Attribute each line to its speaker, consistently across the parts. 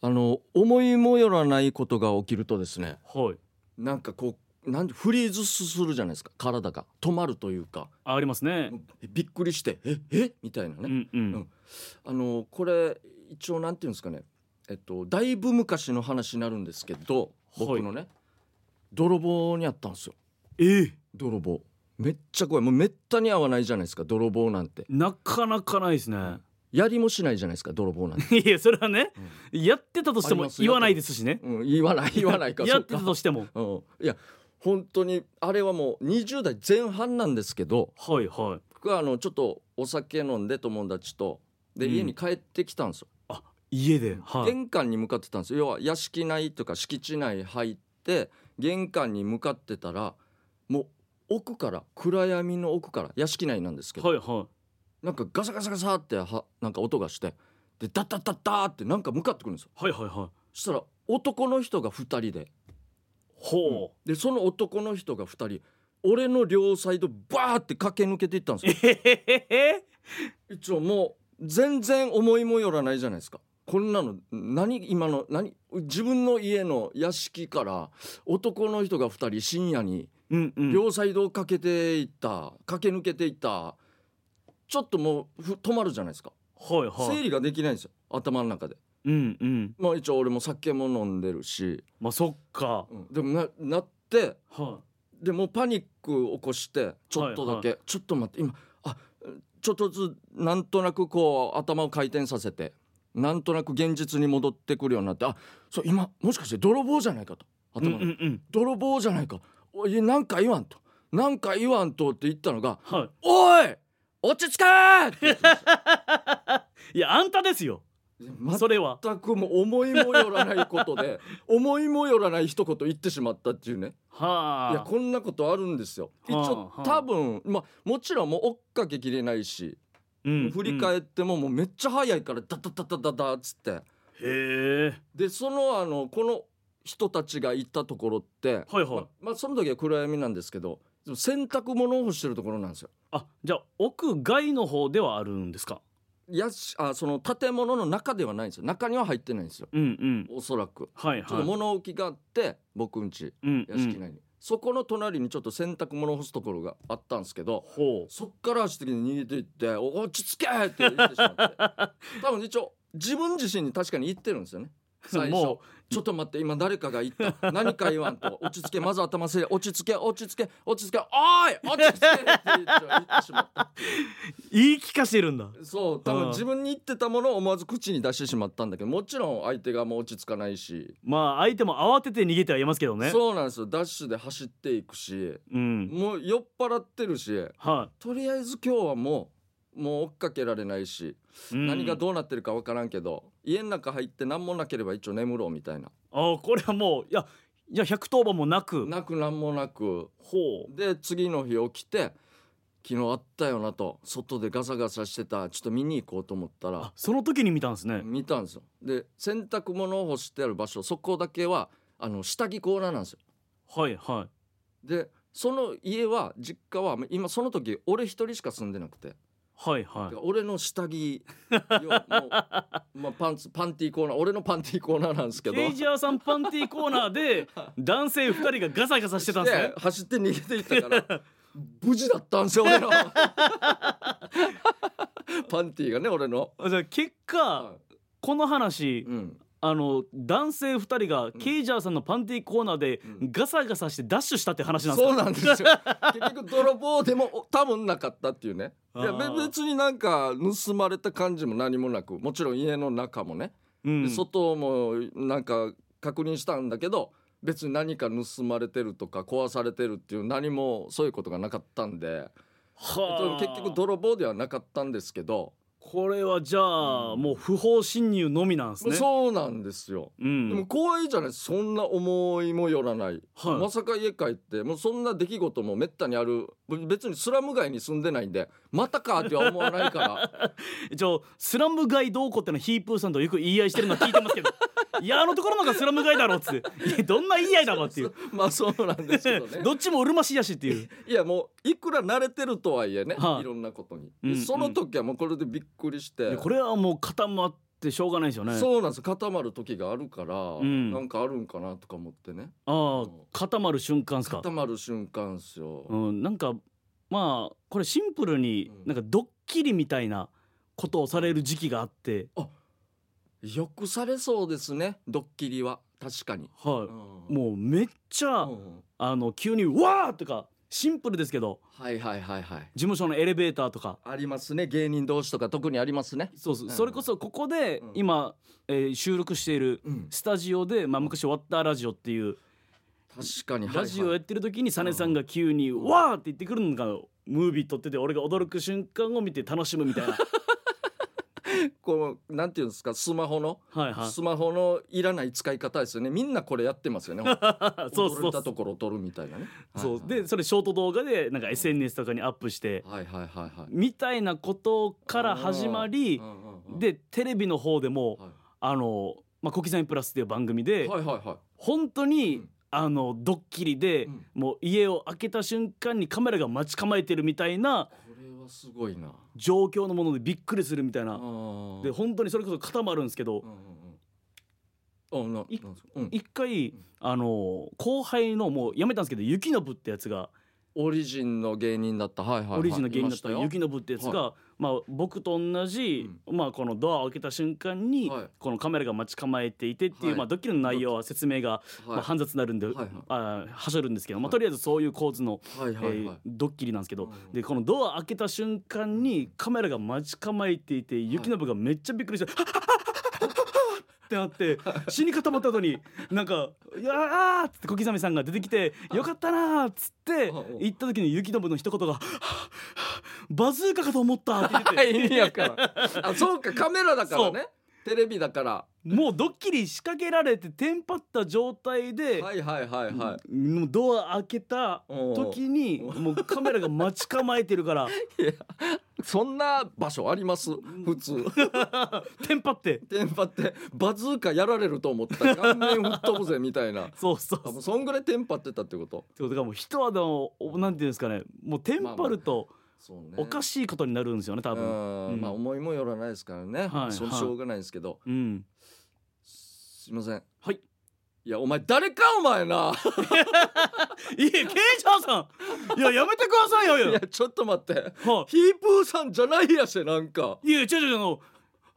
Speaker 1: あの思いもよらないことが起きるとですね
Speaker 2: はい
Speaker 1: なんかこうなんフリーズするじゃないですか体が止まるというか
Speaker 2: ありますね
Speaker 1: びっくりして「ええみたいなね、
Speaker 2: うんうん
Speaker 1: あのこれ一応なんていうんですかね、えっと、だいぶ昔の話になるんですけど僕のね、泥棒にあったんですよ
Speaker 2: ええ
Speaker 1: 泥棒めっちゃ怖いもうめったに合わないじゃないですか泥棒なんて
Speaker 2: なかなかないですね
Speaker 1: やりもしないじゃないですか泥棒なんて、
Speaker 2: いやそれはねやってたとしても言わないですしね
Speaker 1: うん、言わない言わないか
Speaker 2: や
Speaker 1: そう
Speaker 2: って
Speaker 1: か
Speaker 2: たとしても
Speaker 1: うん、いや本当にあれはもう20代前半なんですけど
Speaker 2: はいはい
Speaker 1: 僕はあのちょっとお酒飲んで友達とで
Speaker 2: うん
Speaker 1: 家に帰ってきたんですよ、
Speaker 2: 家ではい
Speaker 1: 玄関に向かってたんですよ要は屋敷内とか敷地内入って玄関に向かってたらもう奥から暗闇の奥から屋敷内なんですけど、
Speaker 2: はいは
Speaker 1: なんかガサガサガサってはなんか音がしてでダッダッダッダーってなんか向かってくるんですよ
Speaker 2: いはいはいはい
Speaker 1: そしたら男の人が2人で
Speaker 2: ほう
Speaker 1: でその男の人が2人俺の両サイドバーって駆け抜けていったんです
Speaker 2: え
Speaker 1: よ
Speaker 2: へへへへ
Speaker 1: 一応もう全然思いもよらないじゃないですかこんなの何今の何自分の家の屋敷から男の人が2人深夜に
Speaker 2: うんうん
Speaker 1: 両サイドを駆けていった、駆け抜けていったちょっともうふ止まるじゃないですか
Speaker 2: はいは
Speaker 1: 整
Speaker 2: い
Speaker 1: 理ができないんですよ頭の中で
Speaker 2: うんうん
Speaker 1: まあ一応俺も酒も飲んでるし、
Speaker 2: まあそっか
Speaker 1: うんでもななって
Speaker 2: は
Speaker 1: でもうパニック起こしてちょっとだけ、ちょっと待って今あちょっとずつなんとなくこう頭を回転させてなんとなく現実に戻ってくるようになってあそう今もしかして泥棒じゃないかと
Speaker 2: いうん
Speaker 1: 頭
Speaker 2: う
Speaker 1: の
Speaker 2: んうん
Speaker 1: 泥棒じゃないかおいなんか言わんとなんか言わんとって言ったのが
Speaker 2: は
Speaker 1: 「おい落ち着けー!」って言ってまし
Speaker 2: いい やあんたですよ
Speaker 1: た
Speaker 2: それは
Speaker 1: 全くもう思いもよらないことで思いもよらない一言言ってしまったっていうね
Speaker 2: はいあ
Speaker 1: やこんなことあるんですよ。一
Speaker 2: はあ
Speaker 1: 応
Speaker 2: はあ
Speaker 1: 多分まあもちろんもう追っかけきれないし、
Speaker 2: うん
Speaker 1: 振り
Speaker 2: うん
Speaker 1: 返ってももうめっちゃ早いからダダダダダダっつって
Speaker 2: へえ
Speaker 1: でそのあのこの人たちが行ったところって、
Speaker 2: はいはい
Speaker 1: ままあその時は暗闇なんですけど洗濯物を干してるところなんですよ。
Speaker 2: あじゃあ屋外の方ではあるんですか
Speaker 1: やしあその建物の中ではないんですよ中には入ってないんですよ
Speaker 2: うんうん
Speaker 1: おそらく。
Speaker 2: は
Speaker 1: ちょ
Speaker 2: い
Speaker 1: っと
Speaker 2: はい
Speaker 1: 物置があって僕んち
Speaker 2: うん
Speaker 1: 屋敷内に、そこの隣にちょっと洗濯物を干すところがあったんですけど、
Speaker 2: ほ
Speaker 1: そっから足的に逃げていって「お落ち着け!」って言ってしまって 多分一応自分自身に確かに言ってるんですよね最初
Speaker 2: も
Speaker 1: 「ちょっと待って今誰かが言った何か言わんと落ち着けまず頭せい落ち着け落ち着け落ち着けおい落ち着け!」って言っちゃ言ってしまった
Speaker 2: う言い聞かせるんだ
Speaker 1: そう多
Speaker 2: うん
Speaker 1: 分自分に言ってたものを思わず口に出してしまったんだけどもちろん相手がもう落ち着かないし、
Speaker 2: まあ相手も慌てて逃げてはいますけどね
Speaker 1: そうなんですよダッシュで走っていくし
Speaker 2: うん
Speaker 1: もう酔っ払ってるし
Speaker 2: は
Speaker 1: とりあえず今日はもうもう追っかけられないし
Speaker 2: いうん
Speaker 1: 何がどうなってるか分からんけど家の中入って何もなければ一応眠ろうみたいな
Speaker 2: あこれはもういやいや百1番もなく
Speaker 1: なく何もなく
Speaker 2: ほう
Speaker 1: で次の日起きて昨日あったよなと外でガサガサしてたちょっと見に行こうと思った
Speaker 2: あ
Speaker 1: ら
Speaker 2: その時に見たんですね
Speaker 1: 見たんですよで洗濯物を干してある場所そこだけはあの下着コーナーなんですよ
Speaker 2: はいは
Speaker 1: でその家は実家は今その時俺一人しか住んでなくて
Speaker 2: いはいはい
Speaker 1: 俺の下着要は もう、まあ、パンツパンティーコーナー俺のパンティーコーナーなんですけど
Speaker 2: ケイジャーさんパンティーコーナー で男性2人がガサガサしてたんですね
Speaker 1: で走って逃げていったから 無事だったんですよ俺 のパンティーがね俺の、
Speaker 2: あじゃあ結果
Speaker 1: は
Speaker 2: この
Speaker 1: い
Speaker 2: 話
Speaker 1: うん、
Speaker 2: あの男性2人がケイジャーさんのパンティーコーナーで
Speaker 1: うん
Speaker 2: ガサガサしてダッシュしたって話なんですか
Speaker 1: そうなんですよ結局泥棒でもお 多分なかったっていうねいや
Speaker 2: あー
Speaker 1: べ別になんか盗まれた感じも何もなくもちろん家の中もね、
Speaker 2: うん
Speaker 1: で外もなんか確認したんだけど別に何か盗まれてるとか壊されてるっていう何もそういうことがなかったんで
Speaker 2: はあ
Speaker 1: 結局泥棒ではなかったんですけど、
Speaker 2: これはじゃあ、
Speaker 1: うん
Speaker 2: もう不法侵入のみなんですね。
Speaker 1: そうなんですよ。
Speaker 2: う
Speaker 1: でも
Speaker 2: ん。
Speaker 1: 怖いじゃないそんな思いもよらない、
Speaker 2: は
Speaker 1: まさか家帰ってもうそんな出来事もめったにある別にスラム街に住んでないんでまたかっては思わないから
Speaker 2: い。じゃあスラム街どうこうってのはヒープーさんとよく言い合いしてるのは聞いてます けど。いやあのところのがスラム街だろっつっていやどんな言い合いだろっていう
Speaker 1: まあ そうなんですけどね
Speaker 2: どっちもうるましやしっていう
Speaker 1: いやもういくら慣れてるとはいえね、
Speaker 2: はい
Speaker 1: い、ろんなことに、
Speaker 2: うん
Speaker 1: その時はもうこれでびっくりして、
Speaker 2: いやこれはもう肩もあってってしょうがないですよね
Speaker 1: そうなんです固まる時があるから、
Speaker 2: ん
Speaker 1: なんかあるんかなとか思ってね
Speaker 2: ああ固まる瞬間ですか
Speaker 1: 固まる瞬間ですよ、
Speaker 2: うん、なんかまあこれシンプルに
Speaker 1: うん
Speaker 2: なんかドッキリみたいなことをされる時期があって、
Speaker 1: よくされそうですねドッキリは確かに、
Speaker 2: は
Speaker 1: う
Speaker 2: い、
Speaker 1: ん
Speaker 2: もうめっちゃ、
Speaker 1: うん
Speaker 2: あの急に「うわー!」とかシンプルですけど
Speaker 1: はいはいはいはい
Speaker 2: 事務所のエレベーターとか
Speaker 1: ありますね芸人同士とか特にありますね
Speaker 2: そうそううんそれこそここで
Speaker 1: うん
Speaker 2: 今、えー収録している
Speaker 1: うん
Speaker 2: スタジオで、まあ、昔「ワッターラジオ」っていう
Speaker 1: 確かに
Speaker 2: ラジオや
Speaker 1: はい
Speaker 2: ってる時にサネさんが急に「わー!」って言ってくるのがムービー撮ってて俺が驚く瞬間を見て楽しむみた いな
Speaker 1: はいこうなんていうんですかスマホの
Speaker 2: はいはい
Speaker 1: スマホのいらない使い方ですよねみんなこれやってますよね
Speaker 2: そう
Speaker 1: 踊
Speaker 2: そう
Speaker 1: れ
Speaker 2: そ
Speaker 1: た
Speaker 2: う
Speaker 1: ところを撮るみたいなね
Speaker 2: そう
Speaker 1: はいはい
Speaker 2: でそれショート動画でなんか SNS とかにアップして
Speaker 1: はいはいはいはい
Speaker 2: みたいなことから始まり
Speaker 1: うんうんうん
Speaker 2: でテレビの方でも
Speaker 1: は
Speaker 2: あの「まあ、小刻みプラス」っていう番組
Speaker 1: い
Speaker 2: で
Speaker 1: はいはいは
Speaker 2: 本当
Speaker 1: う
Speaker 2: に
Speaker 1: ん
Speaker 2: あのドッキリで
Speaker 1: いうん
Speaker 2: もう家を開けた瞬間にカメラが待ち構えてるみたいな
Speaker 1: これはすごいな
Speaker 2: 状況のものでびっくりするみたいなで
Speaker 1: で
Speaker 2: 本当にそれこそ固まるんですけど
Speaker 1: うんうんうんあないなんですかうん
Speaker 2: 一回
Speaker 1: ん
Speaker 2: あの後輩のもうやめたんですけど雪のぶってやつが
Speaker 1: オリジンの芸人だったはいはいはい
Speaker 2: オリジンの芸人だっ
Speaker 1: い
Speaker 2: た
Speaker 1: ま
Speaker 2: 雪のぶってやつが、まあ、僕と同じ、まあ、このドアを開けた瞬間に、
Speaker 1: はい
Speaker 2: このカメラが待ち構えていてっていう、
Speaker 1: はい
Speaker 2: まあ、ドッキリの内容は説明が、
Speaker 1: したよ
Speaker 2: まあ、煩雑になるんで、
Speaker 1: はいはい
Speaker 2: あーはしょるんですけど、ま
Speaker 1: は
Speaker 2: あ、
Speaker 1: い
Speaker 2: とりあえずそういう構図の、
Speaker 1: はいはいはい
Speaker 2: え
Speaker 1: は
Speaker 2: ー
Speaker 1: い
Speaker 2: ドッキリなんですけど、
Speaker 1: うん
Speaker 2: でこのドア開けた瞬間にカメラが待ち構えていて雪のぶがめっちゃびっくりして「はっはっはっはっはっはっってなって死に固まった後になんか「いやー!」っつって小刻みさんが出てきて「よかったな!」っつって
Speaker 1: うん
Speaker 2: 行った時に雪のぶの一言がはっはっ「バズーカかと思った!」って言ってて
Speaker 1: 意味やから あそうかカメラだからねテレビだから
Speaker 2: もうドッキリ仕掛けられてテンパった状態で、
Speaker 1: はいはいはいは
Speaker 2: もうドア開けた
Speaker 1: うん
Speaker 2: 時にもうカメラが待ち構えてるから
Speaker 1: いそんな場所あります普通
Speaker 2: テンパって
Speaker 1: 電波ってバズーカやられると思ったら顔面吹っ飛ぶぜみたいな
Speaker 2: そうそう
Speaker 1: あもうそんぐらいテンパってたってこと
Speaker 2: ってことがもう一肌をおなんていうんですかねもうテンパると
Speaker 1: そうね
Speaker 2: おかしいことになるんですよね多分、
Speaker 1: うんまあ
Speaker 2: うん
Speaker 1: 思いもよらないですからね、
Speaker 2: はい
Speaker 1: そ
Speaker 2: はい
Speaker 1: しょうがないですけど、
Speaker 2: うん、
Speaker 1: すいません
Speaker 2: はい
Speaker 1: いやお前誰かお前な
Speaker 2: いやケイちゃんさんいややめてください よ
Speaker 1: い
Speaker 2: よ
Speaker 1: やちょっと待って
Speaker 2: は
Speaker 1: ヒープーさんじゃないやしなんか
Speaker 2: いいや違う違うあの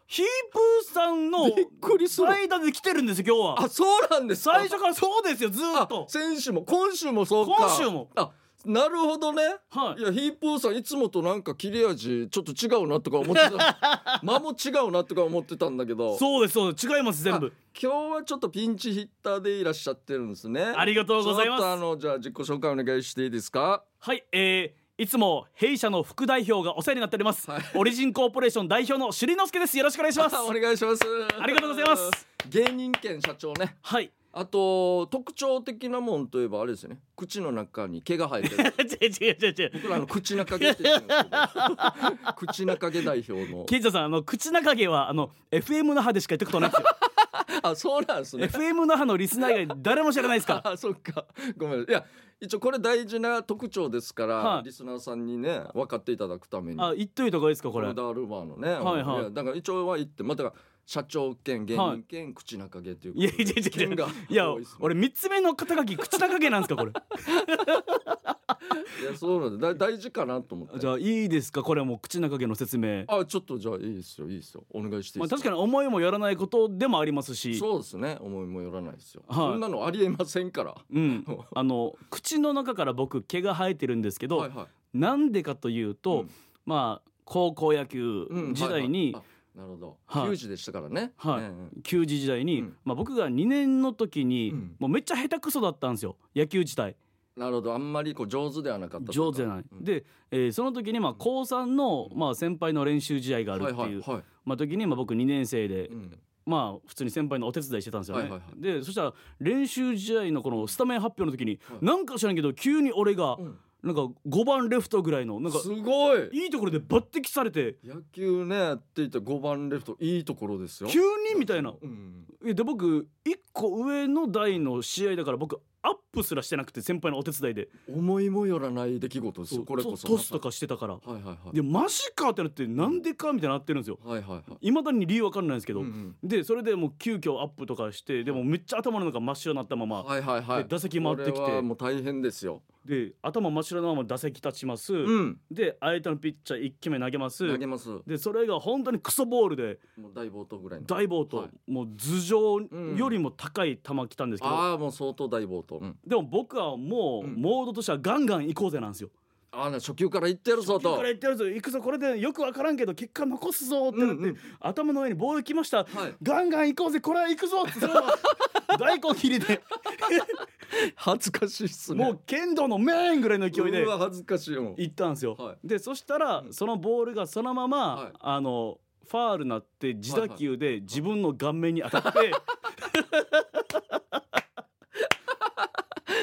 Speaker 2: ヒープーさんの
Speaker 1: びっくりする
Speaker 2: 間で来てるんですよ今日は
Speaker 1: あそうなんですか
Speaker 2: 最初からそうですよずーっ
Speaker 1: あ
Speaker 2: と
Speaker 1: 先週も今週もそうか
Speaker 2: 今週も
Speaker 1: あなるほどね
Speaker 2: はい
Speaker 1: いやヒープーさんいつもとなんか切れ味ちょっと違うなとか思って た間も違うなとか思ってたんだけど
Speaker 2: そうですそうです違います全部
Speaker 1: 今日はちょっとピンチヒッターでいらっしゃってるんですね
Speaker 2: ありがとうございます
Speaker 1: ちょっとあのじゃあ自己紹介お願いしていいですか
Speaker 2: はい、えー、いつも弊社の副代表がお世話になっております、
Speaker 1: はい
Speaker 2: オリジンコーポレーション代表の朱里之助ですよろしくお願いしま す
Speaker 1: お願いします
Speaker 2: ありがとうございます
Speaker 1: 芸人兼社長ね
Speaker 2: はい
Speaker 1: あと特徴的なもんといえばあれですよね口の中に毛が生えてる
Speaker 2: 違う違う違う違う
Speaker 1: 僕らあの口中毛って言ってるんですけ ど口中毛代表の
Speaker 2: ケイジャさんあの口中毛はあの FM 那覇でしかやったことないですよ
Speaker 1: あそうなんです ね
Speaker 2: FM 那覇のリスナー以外誰も知らないで すから
Speaker 1: あそっかごめんいや一応これ大事な特徴ですから、
Speaker 2: はい
Speaker 1: リスナーさんにね分かっていただくために
Speaker 2: あ言っといた方がいいですかこれ
Speaker 1: コルダールバーのね、
Speaker 2: はいはい
Speaker 1: やだから一応は言ってまあだから社長兼芸人兼口中毛という
Speaker 2: いやい
Speaker 1: こと
Speaker 2: やい
Speaker 1: で
Speaker 2: やい
Speaker 1: 兼
Speaker 2: や
Speaker 1: が
Speaker 2: いや
Speaker 1: 多いっすね
Speaker 2: 俺三つ目の肩書き口中毛なんですかこ れ
Speaker 1: いやそうなんでだ大事かなと思って
Speaker 2: じゃあいいですかこれはもう口中毛の説明
Speaker 1: あちょっとじゃあいいですよいいですよお願いしてい
Speaker 2: ま
Speaker 1: い
Speaker 2: あ
Speaker 1: です
Speaker 2: 確かに思いもよらないことでもありますし
Speaker 1: そうですね思いもよらないですよ、
Speaker 2: はい
Speaker 1: そんなのありえませんから
Speaker 2: うん、あの口の中から僕毛が生えてるんですけど、
Speaker 1: はいはい
Speaker 2: なんでかというと、
Speaker 1: うん
Speaker 2: まあ高校野球
Speaker 1: うん
Speaker 2: 時代
Speaker 1: は
Speaker 2: に、
Speaker 1: いはいあなるほど、
Speaker 2: はい
Speaker 1: 球児でしたからね
Speaker 2: はい
Speaker 1: ええ
Speaker 2: 球児時代に、
Speaker 1: うん
Speaker 2: まあ、僕が2年の時に、
Speaker 1: うん
Speaker 2: もうめっちゃ下手くそだったんですよ野球自体
Speaker 1: なるほどあんまりこう上手ではなかったというか
Speaker 2: 上手じゃない、
Speaker 1: うん
Speaker 2: で、えーその時にまあ高3の、まあ、先輩の練習試合があるっていう、
Speaker 1: はいはいはい
Speaker 2: まあ、時にまあ僕2年生で、
Speaker 1: うん
Speaker 2: まあ普通に先輩のお手伝いしてたんですよね、
Speaker 1: はいはいは
Speaker 2: でそしたら練習試合のこのスタメン発表の時に、
Speaker 1: はい
Speaker 2: なんか知らんけど急に俺が
Speaker 1: うん
Speaker 2: なんか5番レフトぐらいのなんか
Speaker 1: すごい
Speaker 2: いいところで抜擢されて
Speaker 1: 野球ねって言ったら5番レフトいいところですよ
Speaker 2: 急にみたいな
Speaker 1: うん
Speaker 2: えで僕一個上の台の試合だから僕アップすらしてなくて先輩のお手伝いで
Speaker 1: 思いもよらない出来事ですよこれこそ
Speaker 2: トスとかしてたから
Speaker 1: はいはいはい
Speaker 2: でマジかってなってなんでかみたいになってるんですよ
Speaker 1: はいはいはい
Speaker 2: いまだに理由わかんないんですけど、
Speaker 1: うん
Speaker 2: でそれでもう急遽アップとかしてでもめっちゃ頭の中真っ白になったまま、
Speaker 1: うんはいはいはい
Speaker 2: で打席回ってきて
Speaker 1: これはもう大変ですよ
Speaker 2: で頭真っ白のまま打席立ちます、
Speaker 1: うん
Speaker 2: で相手のピッチャー1球目投げます
Speaker 1: 投げますも
Speaker 2: でそれが本当にクソボールで
Speaker 1: う大暴投ぐらいの
Speaker 2: 大暴投、
Speaker 1: はい
Speaker 2: もう頭上
Speaker 1: うん
Speaker 2: よりも高い球来たんですけど、
Speaker 1: ああもう相当大暴投うん
Speaker 2: でも僕はもう
Speaker 1: うん
Speaker 2: モードとしてはガンガン行こうぜなんですよ。
Speaker 1: ああ初級からいってやるぞ
Speaker 2: こ
Speaker 1: と
Speaker 2: れ言ってるぞ行くぞこれでよく分からんけど結果残すぞってなって、
Speaker 1: うんうん
Speaker 2: 頭の上にボール来ました、
Speaker 1: はい
Speaker 2: ガンガン行こうぜこれは行くぞってその 大根切りで
Speaker 1: 恥ずかしいっすね
Speaker 2: もう剣道のメーンぐらいの勢いで
Speaker 1: うわ恥ずかしいよ
Speaker 2: 行ったんですよ。
Speaker 1: は
Speaker 2: でそしたら
Speaker 1: うん
Speaker 2: そのボールがそのまま、
Speaker 1: はい
Speaker 2: あのファールなって自打球で自分の顔面に当たって、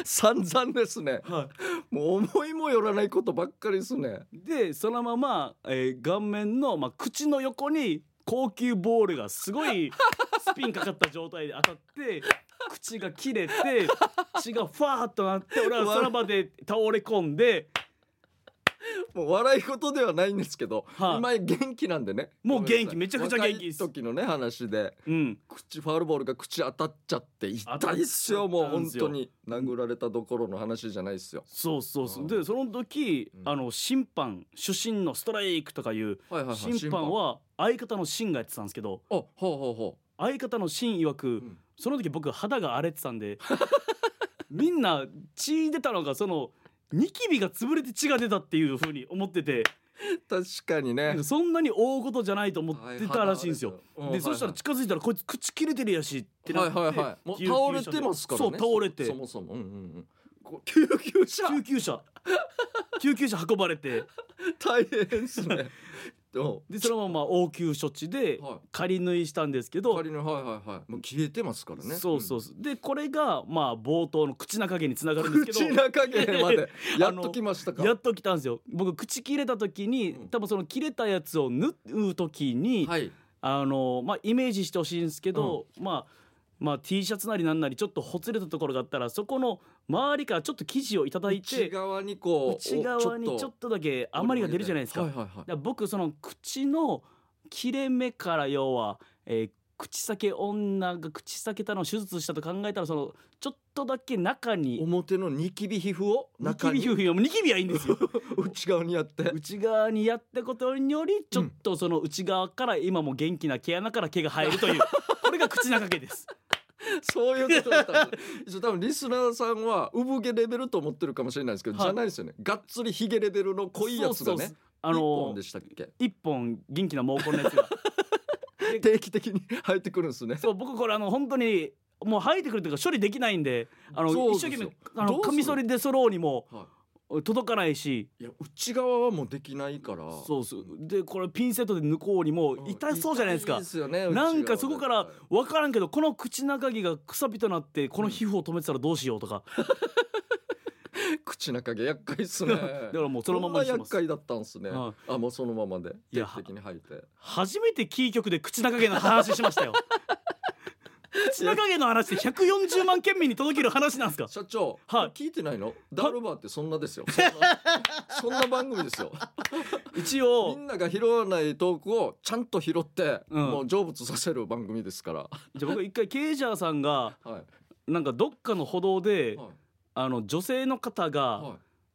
Speaker 1: 散々ですね
Speaker 2: はい
Speaker 1: もう思いもよらないことばっかりですね
Speaker 2: でそのまま、えー顔面の、まあ、口の横に高級ボールがすご いスピンかかった状態で当たって口が切れて血がファーッとなって俺はその場で倒れ込んで
Speaker 1: もう笑い事ではないんですけど、
Speaker 2: はい
Speaker 1: 今元気なんでね
Speaker 2: もう元気
Speaker 1: ごんなさい
Speaker 2: めちゃくちゃ元気です
Speaker 1: 若い時のね話で
Speaker 2: うん
Speaker 1: 口ファールボールが口当たっちゃって
Speaker 2: 当た
Speaker 1: 痛
Speaker 2: っ
Speaker 1: いっすよもう
Speaker 2: ちゃったん
Speaker 1: 本
Speaker 2: すよ
Speaker 1: 当に殴られたどころの話じゃないっすよ
Speaker 2: そうそうそううんでその時、
Speaker 1: うん
Speaker 2: あの審判主審のストライクとかいう
Speaker 1: はいはいはい
Speaker 2: 審判は相方の審がやってたんですけど
Speaker 1: あほうほうほ
Speaker 2: 相方の審曰く、
Speaker 1: う、うん
Speaker 2: その時僕肌が荒れてたんで みんな血出たのがそのニキビが潰れて血が出たっていう風に思ってて
Speaker 1: 確かにね
Speaker 2: そんなに大事じゃないと思ってたらしいんですよ。
Speaker 1: はい
Speaker 2: でそしたら近づいたらこいつ口切れてるやしって
Speaker 1: は
Speaker 2: ないって
Speaker 1: はいはいもう倒れてますからね
Speaker 2: そう倒れて
Speaker 1: そもそもうんうんうんこう救急車
Speaker 2: 救 急車救急車運ばれて
Speaker 1: 大変っす ねうん
Speaker 2: でそのまま応急処置で
Speaker 1: はい
Speaker 2: 仮縫いしたんですけど
Speaker 1: 仮にはいはいはいもう消えてますからね
Speaker 2: そうそううそうでこれがまあ冒頭の口中毛につながるん
Speaker 1: ん
Speaker 2: ですけ
Speaker 1: 口
Speaker 2: ど
Speaker 1: 中毛までや
Speaker 2: あ
Speaker 1: っ
Speaker 2: の
Speaker 1: ときましたか
Speaker 2: やっと来たんですよ僕口切れた時に、
Speaker 1: うん
Speaker 2: 多分その切れたやつを縫う時に、
Speaker 1: はい
Speaker 2: あのまあイメージしてほしいんですけど、まあまあ T シャツなりなんなりちょっとほつれたところがあったらそこの周りからちょっと生地をいただい
Speaker 1: 内
Speaker 2: て
Speaker 1: 側にこう
Speaker 2: 内側にちょっとだけ余りが出るじゃないですか。
Speaker 1: はいはいはい
Speaker 2: だから僕その口の切れ目から要は、えー口裂け女が口裂けたのを手術したと考えたらそのちょっとだけ中に
Speaker 1: 表のニキビ皮膚を
Speaker 2: ニ
Speaker 1: 中に
Speaker 2: キビ皮膚がニキビはいいんですよ
Speaker 1: 内側にやって
Speaker 2: 内側にやったことによりちょっとその内側から今も元気な毛穴から毛が生える というこれが口中毛です
Speaker 1: そういうことだったんですね多分リスナーさんは産毛レベルと思ってるかもしれないですけど、
Speaker 2: はい
Speaker 1: じゃないですよねがっつりヒゲレベルの濃いやつが
Speaker 2: そうそう
Speaker 1: ね
Speaker 2: そうあ
Speaker 1: 一本
Speaker 2: の
Speaker 1: でしたっけ
Speaker 2: 一本元気な毛根のやつが
Speaker 1: 定期的に入ってくるんですね
Speaker 2: そう僕これあの本当にもう生えてくるというか処理できないんであの
Speaker 1: そう
Speaker 2: 一
Speaker 1: です
Speaker 2: 生
Speaker 1: よ
Speaker 2: 懸命あ
Speaker 1: どうす
Speaker 2: の
Speaker 1: る
Speaker 2: カミソリで揃うにも
Speaker 1: は
Speaker 2: 届かないし
Speaker 1: い、いや内側はもうできないから
Speaker 2: そうそうでこれピンセットで抜こうにも
Speaker 1: ん
Speaker 2: 痛そうじゃないですか
Speaker 1: 痛ですよね
Speaker 2: なんかそこから
Speaker 1: 内側は
Speaker 2: 分からんけどこの口中毛がくさびとなってこの皮膚を止めてたらどうしようとか
Speaker 1: ね口中毛厄介っすね
Speaker 2: だからもうそのまま
Speaker 1: こ
Speaker 2: に
Speaker 1: ん
Speaker 2: し
Speaker 1: な
Speaker 2: ま
Speaker 1: 厄
Speaker 2: す
Speaker 1: 介だったんですね、
Speaker 2: は
Speaker 1: あもうそのままで
Speaker 2: い
Speaker 1: 定
Speaker 2: や
Speaker 1: 期的に入って
Speaker 2: 初めてキー局で口中毛の話しま したよ口中毛の話って140万県民に届ける話なんですか
Speaker 1: 社長、
Speaker 2: はい
Speaker 1: 聞いてないのダルバーってそんなですよそんな そんな番組 ですよ
Speaker 2: 一
Speaker 1: み
Speaker 2: 応
Speaker 1: んなが拾わないトークをちゃんと拾って、
Speaker 2: うん
Speaker 1: もう成仏させる番組ですから、
Speaker 2: じゃあ僕一回ケイジャーさんが
Speaker 1: はい
Speaker 2: なんかどっかの歩道で
Speaker 1: はい
Speaker 2: あの女性の方が
Speaker 1: はい、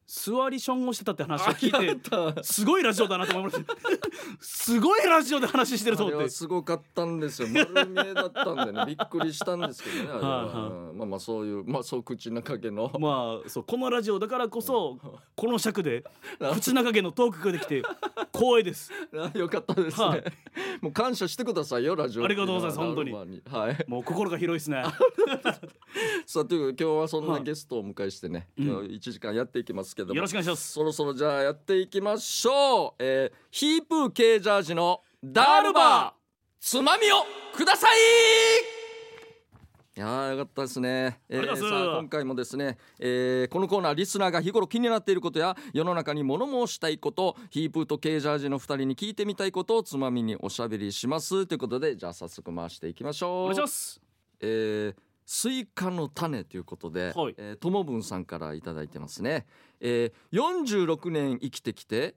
Speaker 2: 座りションをしてたって話を聞
Speaker 1: あや
Speaker 2: い
Speaker 1: ってた
Speaker 2: すごいラジオだなと思いました すごいラジオで話してると
Speaker 1: あ
Speaker 2: 思
Speaker 1: れ
Speaker 2: って
Speaker 1: はすごかったんですよ丸見えだったんで ねびっくりしたんですけどねあれは、
Speaker 2: はいは
Speaker 1: うんまあまあそういうまあそう口中毛の、
Speaker 2: まあそうこのラジオだからこそこの尺で
Speaker 1: な
Speaker 2: 口中毛のトークができて光栄です
Speaker 1: あ よかったですね、
Speaker 2: はい
Speaker 1: もう感謝してくださいよラジオ
Speaker 2: ありがとうございます本当に
Speaker 1: ラルバーはい
Speaker 2: もう心が広いですね
Speaker 1: さあということで今日はそんな
Speaker 2: はい
Speaker 1: ゲストをお迎えしてね、
Speaker 2: うん
Speaker 1: 今日1時間やっていきますけども
Speaker 2: よろしくお願いします
Speaker 1: そろそろじゃあやっていきましょう、えーヒープー系ジャージのダールバーつまみをくださいいやーよかったですね、え
Speaker 2: ありがとうございます
Speaker 1: さあ今回もですね、えーこのコーナーリスナーが日頃気になっていることや世の中に物申したいことヒープーとケージャージの2人に聞いてみたいことをつまみにおしゃべりしますということでじゃあ早速回していきましょう
Speaker 2: お願いします
Speaker 1: えースイカの種ということで、
Speaker 2: はい
Speaker 1: えー、ともぶんさんからいただいてますね、えー、46年生きてきて、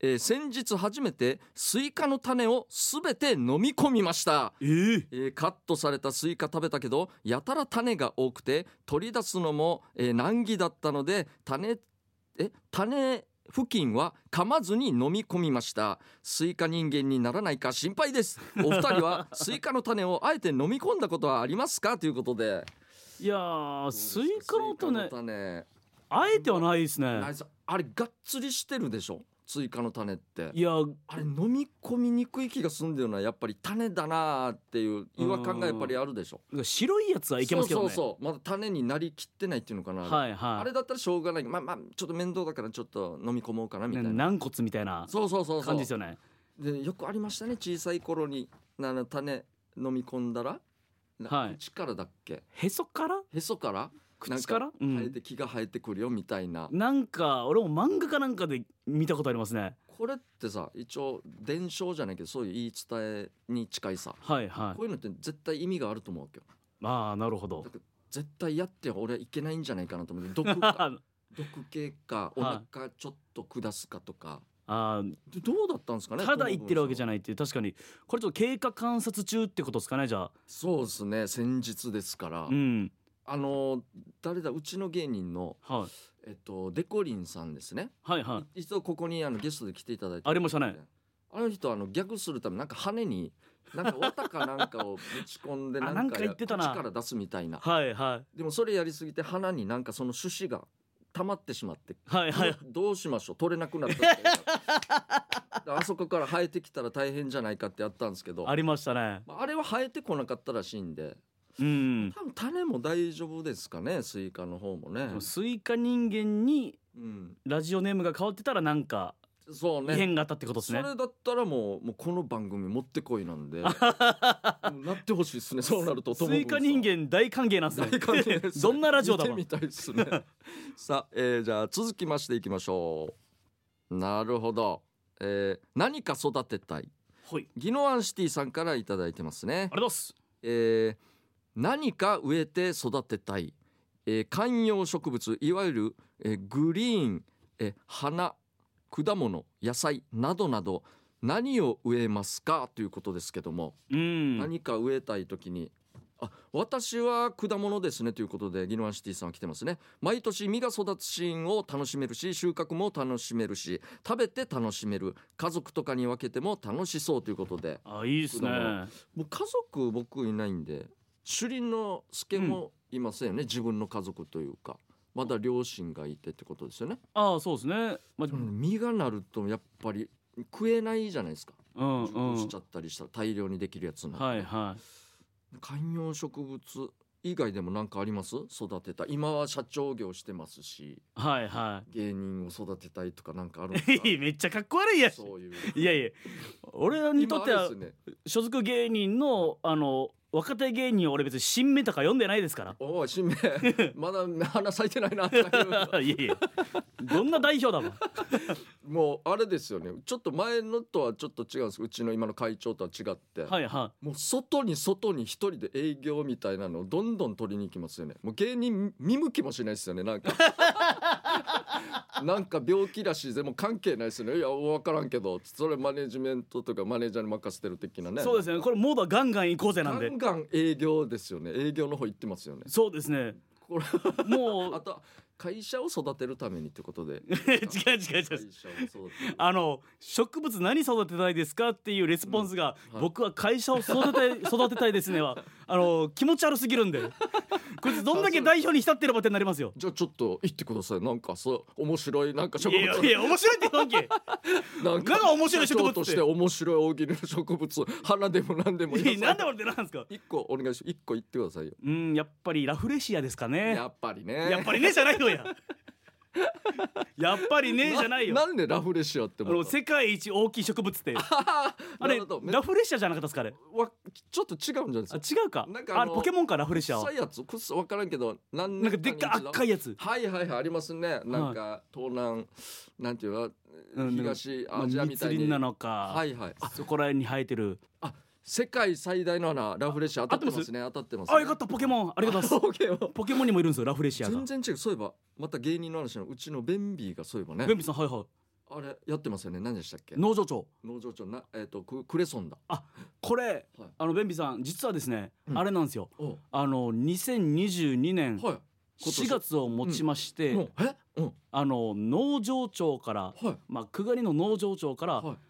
Speaker 1: えー、先日初めてスイカの種をすべて飲み込みました
Speaker 2: えー、
Speaker 1: えーカットされたスイカ食べたけどやたら種が多くて取り出すのも、えー難儀だったので種え種付近は噛まずに飲み込みましたスイカ人間にならないか心配ですお二人 はスイカの種をあえて飲み込んだことはありますかということで
Speaker 2: いやースイカの種
Speaker 1: スイカの種
Speaker 2: あえてはないですね
Speaker 1: ナイスあれがっつりしてるでしょスイカの種って
Speaker 2: いや
Speaker 1: あれ飲み込みにくい気がするんだよなやっぱり種だなーっていう違和感がやっぱりあるでしょ
Speaker 2: 白いやつはいけますけどね
Speaker 1: そうそうそうまだ種になりきってないっていうのかな、
Speaker 2: はい
Speaker 1: あ
Speaker 2: は
Speaker 1: れだったらしょうがないまあまあちょっと面倒だからちょっと飲み込もうかないみたいな、
Speaker 2: 軟骨みたいな
Speaker 1: そうそうそうそう
Speaker 2: 感じですよね
Speaker 1: でよくありましたね小さい頃にあの種飲み込んだら、な
Speaker 2: はい
Speaker 1: 口からだっけ
Speaker 2: へそから
Speaker 1: へそから
Speaker 2: 口から
Speaker 1: なん
Speaker 2: うん
Speaker 1: 生えて木が生えてくるよみたいな、
Speaker 2: なんか俺も漫画かなんかで見たことありますね
Speaker 1: これってさ一応伝承じゃないけどそういう言い伝えに近いさ
Speaker 2: はいは
Speaker 1: こういうのって絶対意味があると思うわけど
Speaker 2: いああなるほ
Speaker 1: だ
Speaker 2: ど
Speaker 1: から絶対やっては俺はいけないんじゃないかなと思って毒か
Speaker 2: あ
Speaker 1: 毒系かお
Speaker 2: はい
Speaker 1: 腹ちょっと下すかとか、
Speaker 2: あ
Speaker 1: でどうだったんですかね
Speaker 2: ただ言ってるわけじゃ
Speaker 1: ない
Speaker 2: ないっていう確かにこれちょっと経過観察中ってことですかねじゃあ
Speaker 1: そうですね先日ですから、
Speaker 2: うん
Speaker 1: あの誰だうちの芸人の、
Speaker 2: はい
Speaker 1: えっと、デコリンさんですね、
Speaker 2: はいはい
Speaker 1: い一度ここにあのゲストで来ていただいて
Speaker 2: ありましたね
Speaker 1: あの人あのギャグするためなんか羽 になんか綿かなんかをぶち込んで
Speaker 2: あ
Speaker 1: なん
Speaker 2: なん
Speaker 1: か
Speaker 2: か言ってたな
Speaker 1: 口から出すみたいな
Speaker 2: はいはい
Speaker 1: でもそれやりすぎて鼻になんかその種子が溜まってしまって
Speaker 2: はいはい
Speaker 1: どどうしましょう取れなくなったっていうの あそこから生えてきたら大変じゃないかってやったんですけど
Speaker 2: ありましたね
Speaker 1: まああれは生えてこなかったらしいんで
Speaker 2: うん
Speaker 1: 多分種も大丈夫ですかねスイカの方もね、
Speaker 2: スイカ人間に
Speaker 1: うん、
Speaker 2: ラジオネームが変わってたらなんか
Speaker 1: そう
Speaker 2: 異
Speaker 1: ね
Speaker 2: 変があったってことです
Speaker 1: そ
Speaker 2: ね
Speaker 1: れだったらもうもうこの番組持ってこい なんでもうなってほしいですねそうなると
Speaker 2: スイカ人間大歓迎なんですね
Speaker 1: 大歓迎ですね
Speaker 2: どんなラジオだも
Speaker 1: 見
Speaker 2: ん
Speaker 1: てみたいですね さあ、えーじゃあ続きましていきましょうなるほど、えー何か育てたい
Speaker 2: ほい
Speaker 1: ギノアンシティさんからいただいてますね
Speaker 2: ありがとうございます
Speaker 1: えー何か植えて育てたい、えー観葉植物いわゆる、えーグリーン、えー花果物野菜などなど何を植えますかということですけども、
Speaker 2: うん
Speaker 1: 何か植えたい時にあ私は果物ですねということでギノワンシティさんは来てますね毎年実が育つシーンを楽しめるし収穫も楽しめるし食べて楽しめる家族とかに分けても楽しそうということで
Speaker 2: あいいですね
Speaker 1: もう家族僕いないんで主輪の助もいませんよね、自分の家族というかまだ両親がいてってことですよね、
Speaker 2: ああそうですねまあ
Speaker 1: うん実がなるとやっぱり食えないじゃないですか
Speaker 2: うん
Speaker 1: 熟
Speaker 2: う
Speaker 1: し
Speaker 2: ん
Speaker 1: ちゃったりしたら大量にできるやつなんて
Speaker 2: はいはい
Speaker 1: 観葉植物以外でも何かあります育てた今は社長業してますし
Speaker 2: はいは
Speaker 1: 芸人を育てたいとかなんかあるんですか
Speaker 2: いめっちゃかっこ悪いやん
Speaker 1: そういう
Speaker 2: いやいや俺にとって
Speaker 1: 今あ
Speaker 2: は
Speaker 1: れですね
Speaker 2: 所属芸人のあの若手芸人を俺別に新メタか読んでないですから
Speaker 1: おお 新名まだ花咲いてないなっていう
Speaker 2: いやいやどんな代表だもん
Speaker 1: もうあれですよねちょっと前のとはちょっと違うんですうちの今の会長とは違って、
Speaker 2: はいは、
Speaker 1: もう外に外に一人で営業みたいなのをどんどん取りに行きますよねもう芸人見向きもしないですよねなんかなんか病気らしいでも関係ないですよねいや分からんけどそれマネジメントとかマネージャーに任せてる的ないね
Speaker 2: そうですねこれモードはガンガン行こうぜなんで
Speaker 1: ガンガン営業ですよね営業の方行ってますよね
Speaker 2: そうですね
Speaker 1: これ
Speaker 2: も
Speaker 1: あ
Speaker 2: う
Speaker 1: と会社を育てるためにってことで
Speaker 2: 違う違う違う
Speaker 1: 会社を育てる
Speaker 2: あの植物何育てたいですかっていうレスポンスが、
Speaker 1: うんはい
Speaker 2: 僕は会社を育 て育てたいですねはあの気持ち悪すぎるんでこいつどんだけ代表に浸ってるばってになりますよ
Speaker 1: じゃあちょっと行ってくださいなんかそう面白いなんか植
Speaker 2: い
Speaker 1: 物
Speaker 2: やいや面白いって言わ んけ
Speaker 1: なん
Speaker 2: なんか面白い植物
Speaker 1: 社長
Speaker 2: って
Speaker 1: として面白い大喜利の植物花でも何でもいい
Speaker 2: いやなんで俺ってなんですか
Speaker 1: 一個お願いします一個言ってくださいよ
Speaker 2: うんやっぱりラフレシアですかね
Speaker 1: やっぱりね
Speaker 2: やっぱりねじゃないのややっぱりねじゃないよ
Speaker 1: ななんでラフレシアって
Speaker 2: あ
Speaker 1: 思
Speaker 2: の
Speaker 1: った
Speaker 2: 世界一大きい植物ってあ
Speaker 1: な
Speaker 2: れ
Speaker 1: るほどめ
Speaker 2: ラフレシアじゃなかったですかあれ
Speaker 1: わちょっと違うんじゃないです
Speaker 2: あ
Speaker 1: か
Speaker 2: 違うか
Speaker 1: なんかあ
Speaker 2: あれ
Speaker 1: の
Speaker 2: ポケモンかラフレシアは
Speaker 1: 臭いやつくっそ分からんけど何
Speaker 2: なんかでっかい赤
Speaker 1: い
Speaker 2: いやつ
Speaker 1: はいはいはいありますねなんか東南なんていうか
Speaker 2: うん
Speaker 1: 東アジアみたい
Speaker 2: 密林
Speaker 1: に
Speaker 2: なのか、
Speaker 1: はいはいあ
Speaker 2: そこら辺に生えてる
Speaker 1: あ世界最大の穴ラフレシア当たってますね当たってますね
Speaker 2: あよかったポケモンありがとうございます
Speaker 1: オーケーオー
Speaker 2: ポケモンにもいるんですよラフレシアが
Speaker 1: 全然違うそういえばまた芸人の話のうちのベンビーがそういえばね
Speaker 2: ベンビさんはいはい
Speaker 1: あれやってますよね何でしたっけ
Speaker 2: 農場長
Speaker 1: 農場長なえっ、とククレソンだ
Speaker 2: これ
Speaker 1: はい
Speaker 2: あのベンビさん実はですね、
Speaker 1: うん
Speaker 2: あれなんですよ
Speaker 1: お
Speaker 2: あの2022年
Speaker 1: はい
Speaker 2: 4月をもちまして、
Speaker 1: もうえうん
Speaker 2: あの農場長から
Speaker 1: はい
Speaker 2: まあくがりの農場長から、
Speaker 1: はい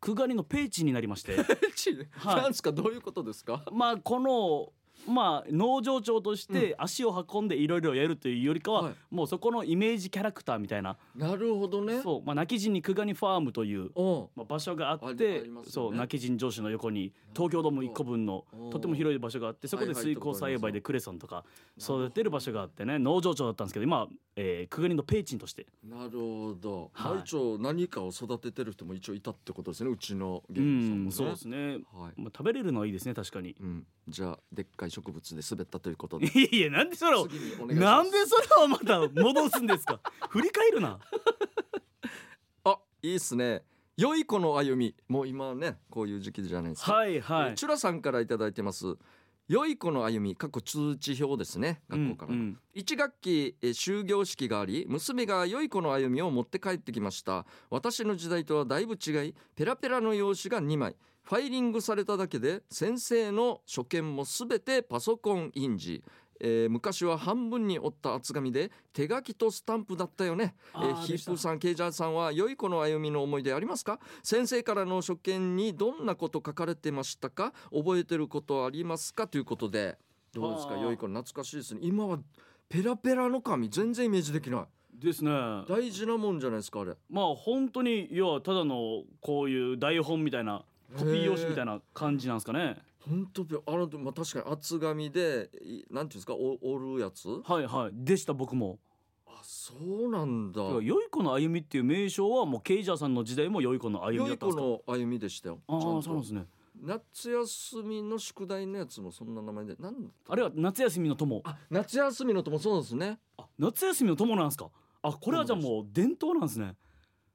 Speaker 2: くがりのペーチになりまして
Speaker 1: えち
Speaker 2: はい
Speaker 1: なんですかどういうことですか
Speaker 2: まあこのまあ農場長として足を運んでいろいろやるというよりかは、
Speaker 1: はい
Speaker 2: もうそこのイメージキャラクターみたいな、
Speaker 1: なるほどね
Speaker 2: そうまあ泣き人にくがにファームという、
Speaker 1: お
Speaker 2: まあ、場所があっ
Speaker 1: あ
Speaker 2: て
Speaker 1: ありますよね
Speaker 2: そう泣き人城主の横に東京ドーム1個分の
Speaker 1: お
Speaker 2: とても広い場所があってそこで水耕栽培でクレソンとか育てる場所があってね農場長だったんですけど今、えー、くがりのペーチンとして
Speaker 1: なるほど、
Speaker 2: はい
Speaker 1: まあ一応何かを育ててる人も一応いたってことですねうちの
Speaker 2: う
Speaker 1: 芸人さんも、
Speaker 2: ん
Speaker 1: ね、
Speaker 2: そうですね、
Speaker 1: はい
Speaker 2: まあ、食べれるのはいいですね確かに
Speaker 1: うん、じゃあでっかい植物で滑ったということで
Speaker 2: いやいやなんでそれを
Speaker 1: 次にお願いし
Speaker 2: な
Speaker 1: ま
Speaker 2: ん
Speaker 1: す
Speaker 2: でそれをまた戻すんですか 振り返るな
Speaker 1: あいいっすね良い子の歩みもう今はねこういう時期じゃないですか
Speaker 2: はいは
Speaker 1: え
Speaker 2: い
Speaker 1: チュラさんからいただいてます良い子の歩み過去通知表ですね学校から、
Speaker 2: うんうん
Speaker 1: 一学期えー終業式があり娘が良い子の歩みを持って帰ってきました私の時代とはだいぶ違いペラペラの用紙が2枚ファイリングされただけで先生の所見も全てパソコン印字、えー昔は半分に折った厚紙で手書きとスタンプだったよねえ
Speaker 2: あー
Speaker 1: ーヒ
Speaker 2: でし
Speaker 1: ッ
Speaker 2: た
Speaker 1: プさんケイジャーさんは良い子の歩みの思い出ありますか先生からの所見にどんなこと書かれてましたか覚えてることありますかということでどうですか
Speaker 2: はあ
Speaker 1: 良い子懐かしいですね今はペラペラの紙全然イメージできない
Speaker 2: ですねま
Speaker 1: 大事なもんじゃないですかあれ
Speaker 2: あ本当に要はただのこういう台本みたいなコピー用紙みたい
Speaker 1: な
Speaker 2: な感じなんですかね
Speaker 1: 本当あのまあ確かに厚紙でいなんていうんですかお折るやつ
Speaker 2: はいはいでした僕も
Speaker 1: あそうなんだ
Speaker 2: てか良い子の歩みっていう名称はもうケイジャーさんの時代も良い子の歩み
Speaker 1: 良
Speaker 2: だっ
Speaker 1: い
Speaker 2: たんで
Speaker 1: 子
Speaker 2: すか
Speaker 1: の歩みでしたよ
Speaker 2: ああ
Speaker 1: ちゃんと
Speaker 2: そうなんですね
Speaker 1: 夏休みの宿題のやつもそんな名前でなん
Speaker 2: あれは夏休みの友
Speaker 1: あ夏休みのともそうですね
Speaker 2: あ夏休みの友なんですかあこれはじゃあもう伝統なんですね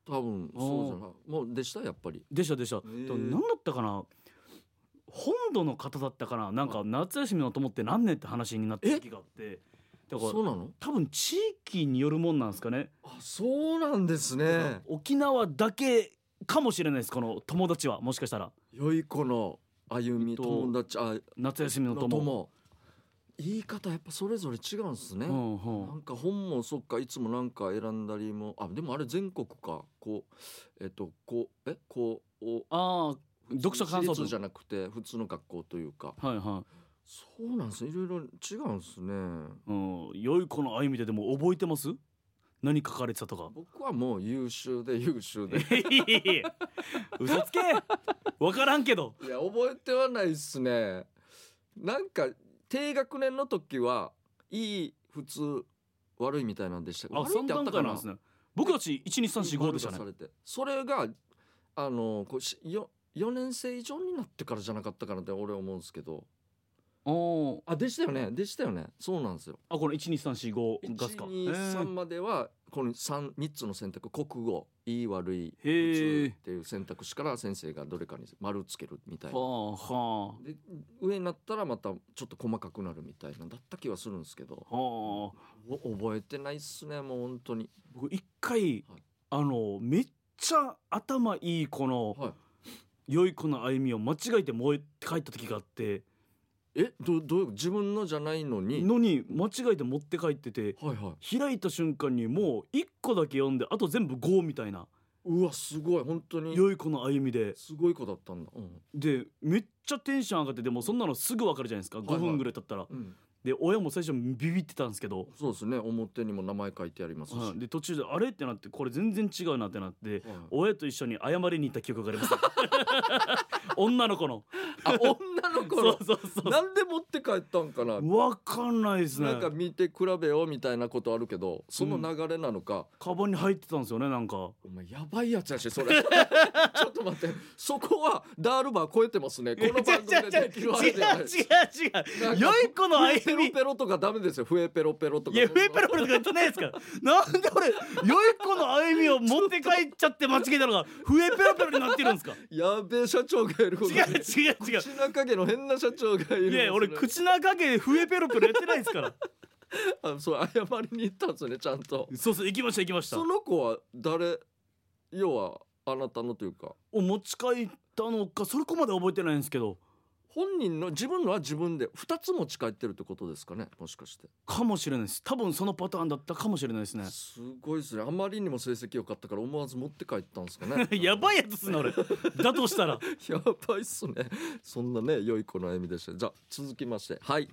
Speaker 1: 多分
Speaker 2: あー
Speaker 1: そうじゃないもうでしたやっぱり
Speaker 2: でしたでした、
Speaker 1: ー
Speaker 2: でも何だったかな本土の方だったかななんか夏休みの友って何年って話になった時があってだから
Speaker 1: そうなの
Speaker 2: 多分地域によるもんなんですかね、
Speaker 1: あそうなんですね
Speaker 2: 沖縄だけかもしれないですこの友達はもしかしたら
Speaker 1: 良い子の歩み
Speaker 2: えっと
Speaker 1: 友達あ
Speaker 2: 夏休みの
Speaker 1: の
Speaker 2: 友
Speaker 1: 友言い方やっぱそれぞれ違うんですね、
Speaker 2: うんう
Speaker 1: なんんか本もそっかいつもなんか選んだりもあでもあれ全国かこうえっとこうえこうお
Speaker 2: ああ読書感想
Speaker 1: 私立
Speaker 2: 文
Speaker 1: じゃなくて普通の学校というか
Speaker 2: はいは
Speaker 1: そうなんですねいろいろ違うんですね
Speaker 2: い、うん、良い子の歩みででも覚えてます何書かれてた とか
Speaker 1: 僕はもう優秀で優秀で
Speaker 2: 嘘つけ分からんけど
Speaker 1: いや覚えてはないっすねなんか低学年の時はいい普通悪いみたいなんでした
Speaker 2: あ
Speaker 1: 悪いっ
Speaker 2: 三
Speaker 1: てあっ
Speaker 2: 段
Speaker 1: たか
Speaker 2: 階
Speaker 1: な
Speaker 2: なんですね僕たち一二三四五でした
Speaker 1: 丸が
Speaker 2: ね
Speaker 1: されてそれがあのこうしよ4年生以上になってからじゃなかったかなって俺思うんですけど
Speaker 2: おー
Speaker 1: あでしたよねでしたよねそうなんですよ
Speaker 2: あこの一二三四五ガスか
Speaker 1: 123まではこの 3, 3つの選択国語いい悪い普
Speaker 2: へー
Speaker 1: 通っていう選択肢から先生がどれかに丸つけるみた
Speaker 2: え
Speaker 1: い
Speaker 2: ー
Speaker 1: な
Speaker 2: はあは
Speaker 1: で上になったらまたちょっと細かくなるみたいなだった気はするんですけど
Speaker 2: あはあ
Speaker 1: お覚えてないっすねもう本当に
Speaker 2: 僕一回、
Speaker 1: はい
Speaker 2: あのめっちゃ頭いい子の、
Speaker 1: は
Speaker 2: 良い子の歩みを間違えて燃えて帰った時があって
Speaker 1: えどどういう自分のじゃないのに
Speaker 2: のに間違えて持って帰ってて
Speaker 1: はいはい
Speaker 2: 開いた瞬間にもう一個だけ読んであと全部5みたいな
Speaker 1: うわすごい本当に
Speaker 2: 良い子の歩みです
Speaker 1: ごい子だったんだ。うん。
Speaker 2: でめっちゃテンション上がってでもそんなのすぐ分かるじゃないですか
Speaker 1: はいはい
Speaker 2: 5分ぐらい経ったら、
Speaker 1: うん、
Speaker 2: で親も最初ビビってたんですけど、
Speaker 1: そうですね。表にも名前書いてありますし。
Speaker 2: はいで途中であれってなってこれ全然違うなってなって
Speaker 1: はい
Speaker 2: 親と一緒に謝りに行った記憶があ ります女の子の
Speaker 1: あ、女の子
Speaker 2: そ
Speaker 1: の
Speaker 2: う。そうそう
Speaker 1: なんで持って帰ったんかな。
Speaker 2: わかんないですね
Speaker 1: なんか見て比べようみたいなことあるけど、その流れなのか。
Speaker 2: カバンに入ってたんですよねなんか
Speaker 1: お前やばいやつやし、そ れ。ちょっと待って。そこはダールバー超えてますね。この番組でできるあれじゃない。
Speaker 2: 違う違う違う良い子の歩み
Speaker 1: ペロ
Speaker 2: 耳
Speaker 1: ペロとかダメですよ笛ペロペロとか
Speaker 2: いや笛ペロペロとか言ってないですからなんで俺よい子の歩みを持って帰っちゃって間違えたのが笛ペロペロになってるんですか
Speaker 1: やべえ社長がいること
Speaker 2: 違う違う違う
Speaker 1: 口中毛の変な社長がいる
Speaker 2: いや俺
Speaker 1: 口
Speaker 2: 口の中で笛ペロペロやってないですから
Speaker 1: あそう謝りに行ったんですよねちゃんと
Speaker 2: そうそう行きました行きました
Speaker 1: その子は誰要はあなたのというか
Speaker 2: お持ち帰ったのかそれこまで覚えてないんですけど
Speaker 1: 本人の自分のは自分で2つ持ち帰ってるってことですかねもしかして、
Speaker 2: かもしれないです多分そのパターンだったかもしれないですね
Speaker 1: すごいですねあまりにも成績良かったから思わず持って帰ったんですかね
Speaker 2: や ばいやつっすな俺だとしたら
Speaker 1: やばいっすねそんなね良い子の歩みでしたじゃあ続きましてはい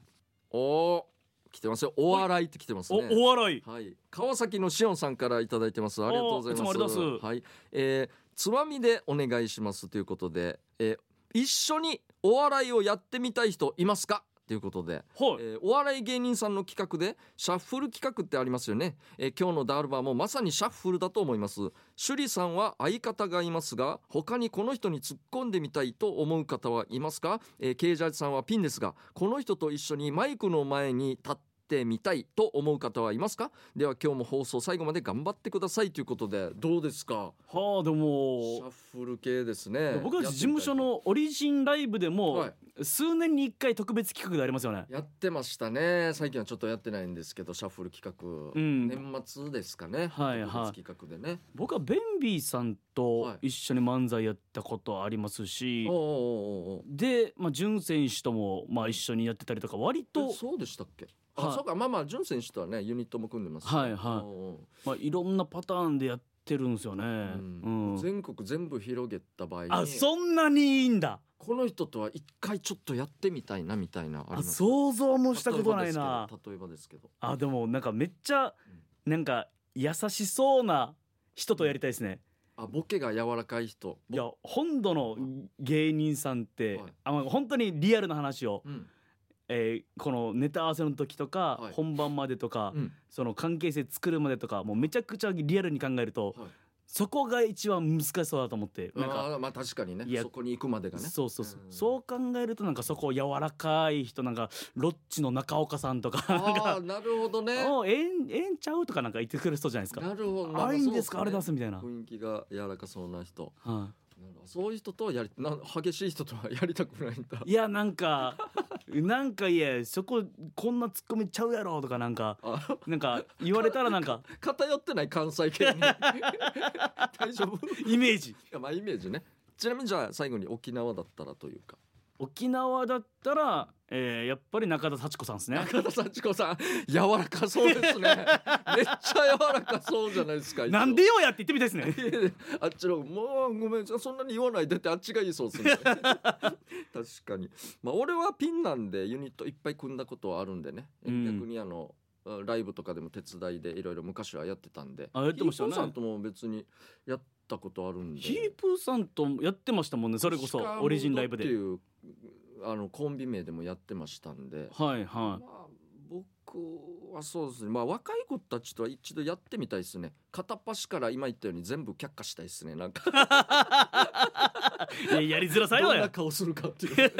Speaker 1: おー来てますよお笑いって来てます
Speaker 2: お
Speaker 1: ね
Speaker 2: お笑い
Speaker 1: はい、川崎のしおんさんからいただいてます。ありがとうございます。
Speaker 2: いつもありがとうございます
Speaker 1: はい、えーつまみでお願いしますということで、えー一緒にお笑いをやってみたい人いますかということで。
Speaker 2: はい、
Speaker 1: えーお笑い芸人さんの企画でシャッフル企画ってありますよね、えー今日のダールバーもまさにシャッフルだと思います趣里さんは相方がいますが他にこの人に突っ込んでみたいと思う方はいますか、えー、ケイジャージさんはピンですがこの人と一緒にマイクの前に立ってみたいと思う方はいますかでは今日も放送最後まで頑張ってくださいということでどうですか
Speaker 2: はあで
Speaker 1: シャ
Speaker 2: も
Speaker 1: ッフル系ですね
Speaker 2: 僕たち事務所のオリジンライブでも、
Speaker 1: はい
Speaker 2: 数年に一回特別企画でありますよね
Speaker 1: やってましたね最近はちょっとやってないんですけどシャッフル企画、
Speaker 2: うん
Speaker 1: 年末ですかね、
Speaker 2: はいはい
Speaker 1: 特別企画でね
Speaker 2: 僕はベンビーさんと
Speaker 1: はい
Speaker 2: 一緒に漫才やったことありますし、
Speaker 1: おうおうおうおう
Speaker 2: で、まあ、潤選手ともまあ一緒にやってたりとか割と
Speaker 1: え、そうでしたっけあ、
Speaker 2: はい
Speaker 1: そうかまあまあ潤選手とはねユニットも組んでますし
Speaker 2: はいはい
Speaker 1: おうおう
Speaker 2: まあ、いろんなパターンでやってるんですよね。
Speaker 1: うん
Speaker 2: うん
Speaker 1: 全国全部広げた場合に
Speaker 2: あそんなにいいんだ
Speaker 1: この人とは一回ちょっとやってみたいなみたいなあり
Speaker 2: あ
Speaker 1: ます
Speaker 2: 想像もしたことないな
Speaker 1: 例えばですけど
Speaker 2: あでもなんかめっちゃなんか優しそうな人とやりたいですね
Speaker 1: あボケが柔らかい人
Speaker 2: いや本土の芸人さんって、
Speaker 1: はい
Speaker 2: あまあ本当にリアルな話を、
Speaker 1: うん
Speaker 2: えーこのネタ合わせの時とか、
Speaker 1: はい
Speaker 2: 本番までとか、
Speaker 1: うん
Speaker 2: その関係性作るまでとかもうめちゃくちゃリアルに考えると、
Speaker 1: はい
Speaker 2: そこが一番難しそうだと思ってなんか
Speaker 1: あーまあ確かにね
Speaker 2: いや
Speaker 1: そこに行くまでがね
Speaker 2: そうそうそう、
Speaker 1: うん
Speaker 2: そう考えるとなんかそこを柔らかい人なんかロッチの中岡さんとかなん
Speaker 1: ああ
Speaker 2: か
Speaker 1: ーなるほどね
Speaker 2: 「おうええんええんちゃう?」とかなんか言ってくる人じゃないですか
Speaker 1: なるほど
Speaker 2: 「あ
Speaker 1: ない
Speaker 2: いんです
Speaker 1: そ
Speaker 2: か
Speaker 1: う
Speaker 2: あれ出
Speaker 1: ね
Speaker 2: す」みたいな、はい
Speaker 1: 雰囲気が柔らかそうな人なんかそういう人とはやりな激しい人とはやりたくないんだ
Speaker 2: いやなんかなんかいやそここんなツッコミちゃうやろとかなんか
Speaker 1: あ
Speaker 2: なんか言われたらなんか
Speaker 1: 偏ってない関西圏 に大丈夫い
Speaker 2: イメージ
Speaker 1: やまあイメージねちなみにじゃあ最後に沖縄だったらというか
Speaker 2: 沖縄だったら、えーやっぱり中田幸子さんですね
Speaker 1: 中田幸子さん柔らかそうです ねめっちゃ柔らかそうじゃないですか
Speaker 2: なんでよやって言ってみたいですね
Speaker 1: いやいや あっちのもうごめんそんなに言わないでってあっちがいいそう ですね確かにまあ俺はピンなんでユニットいっぱい組んだことはあるんでね、
Speaker 2: うん
Speaker 1: 逆にあのあライブとかでも手伝いでいろいろ昔はやってたんで
Speaker 2: あやってましたね
Speaker 1: ヒープーさんとも別にやったことあるんで
Speaker 2: ヒープーさんとやってましたもんねそれこそ
Speaker 1: シカムー
Speaker 2: オリジンライブで
Speaker 1: っていうあのコンビ名でもやってましたんで、
Speaker 2: はいはい
Speaker 1: まあ僕はそうですねまあ若い子たちとは一度やってみたいですね片っ端から今言ったように全部却下したいですねなんか
Speaker 2: いややりづらさよ
Speaker 1: どんな
Speaker 2: や。
Speaker 1: 顔するかって いう。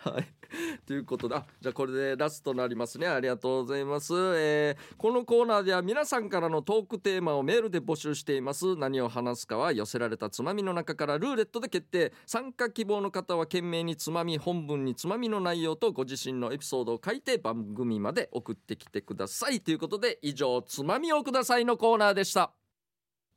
Speaker 1: はい、ということだじゃあこれでラストになりますねありがとうございます、えーこのコーナーでは皆さんからのトークテーマをメールで募集しています何を話すかは寄せられたつまみの中からルーレットで決定参加希望の方は懸命につまみ本文につまみの内容とご自身のエピソードを書いて番組まで送ってきてくださいということで以上「つまみをください」のコーナーでした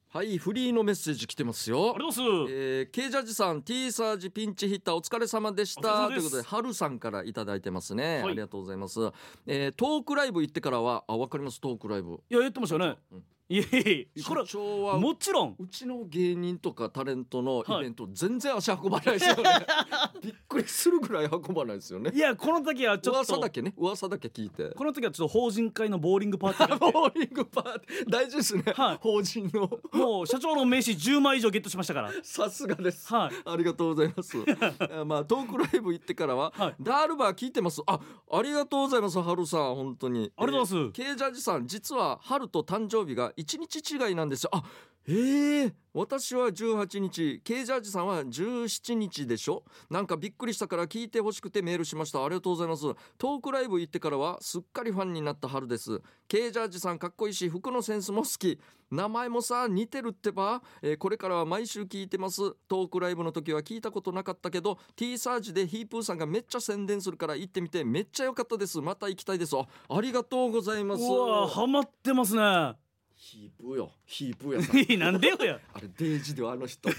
Speaker 1: はいフリーのメッセージ来てますよ
Speaker 2: あれどうす。は
Speaker 1: えー、K ジャージさん T サージピンチヒッターお疲れ様でした
Speaker 2: お
Speaker 1: と
Speaker 2: 疲れ様で
Speaker 1: いう
Speaker 2: す
Speaker 1: ことでハルさんからいただいてますね、
Speaker 2: はい
Speaker 1: ありがとうございます、えー、トークライブ行ってからはあわかりますトークライブ
Speaker 2: いや言ってましたよね。
Speaker 1: うん
Speaker 2: いやいやいやこ
Speaker 1: 社
Speaker 2: れ
Speaker 1: 長は
Speaker 2: もちろん。
Speaker 1: うちの芸人とかタレントの
Speaker 2: はい
Speaker 1: イベント全然足運ばない ですよね、びっくりするぐらい運ばないですよね
Speaker 2: いやこの時はちょっ
Speaker 1: 噂
Speaker 2: と
Speaker 1: だけね噂だけ聞いて
Speaker 2: この時はちょっと法人会のボーリングパーティーがあっ
Speaker 1: ボーリングパーティー大事ですね、
Speaker 2: はい
Speaker 1: 法人の
Speaker 2: て。もう社長の名刺10枚以上ゲットしましたから。
Speaker 1: さすがです
Speaker 2: はい。
Speaker 1: ありがとうござい ます。あまあトークライブ行ってからは、
Speaker 2: はい
Speaker 1: ダールバー聞いてます。あ、ありがとうございます。ハルさん本当に。
Speaker 2: ありがとうござい
Speaker 1: ま
Speaker 2: ます
Speaker 1: す。ケイジャージさん実はハルと誕生日が1日違いなんですよあええ私は18日ケージャージさんは17日でしょなんかびっくりしたから聞いてほしくてメールしましたありがとうございますトークライブ行ってからはすっかりファンになった春ですケージャージさんかっこいいし服のセンスも好き名前もさ似てるってば、えーこれからは毎週聞いてますトークライブの時は聞いたことなかったけど T サージでヒープーさんがめっちゃ宣伝するから行ってみてめっちゃ良かったですまた行きたいですあありがとうございます
Speaker 2: うわハマってますね
Speaker 1: ヒープーよヒープーやさん
Speaker 2: いいなんでよや
Speaker 1: あれデイジではあの人、ね、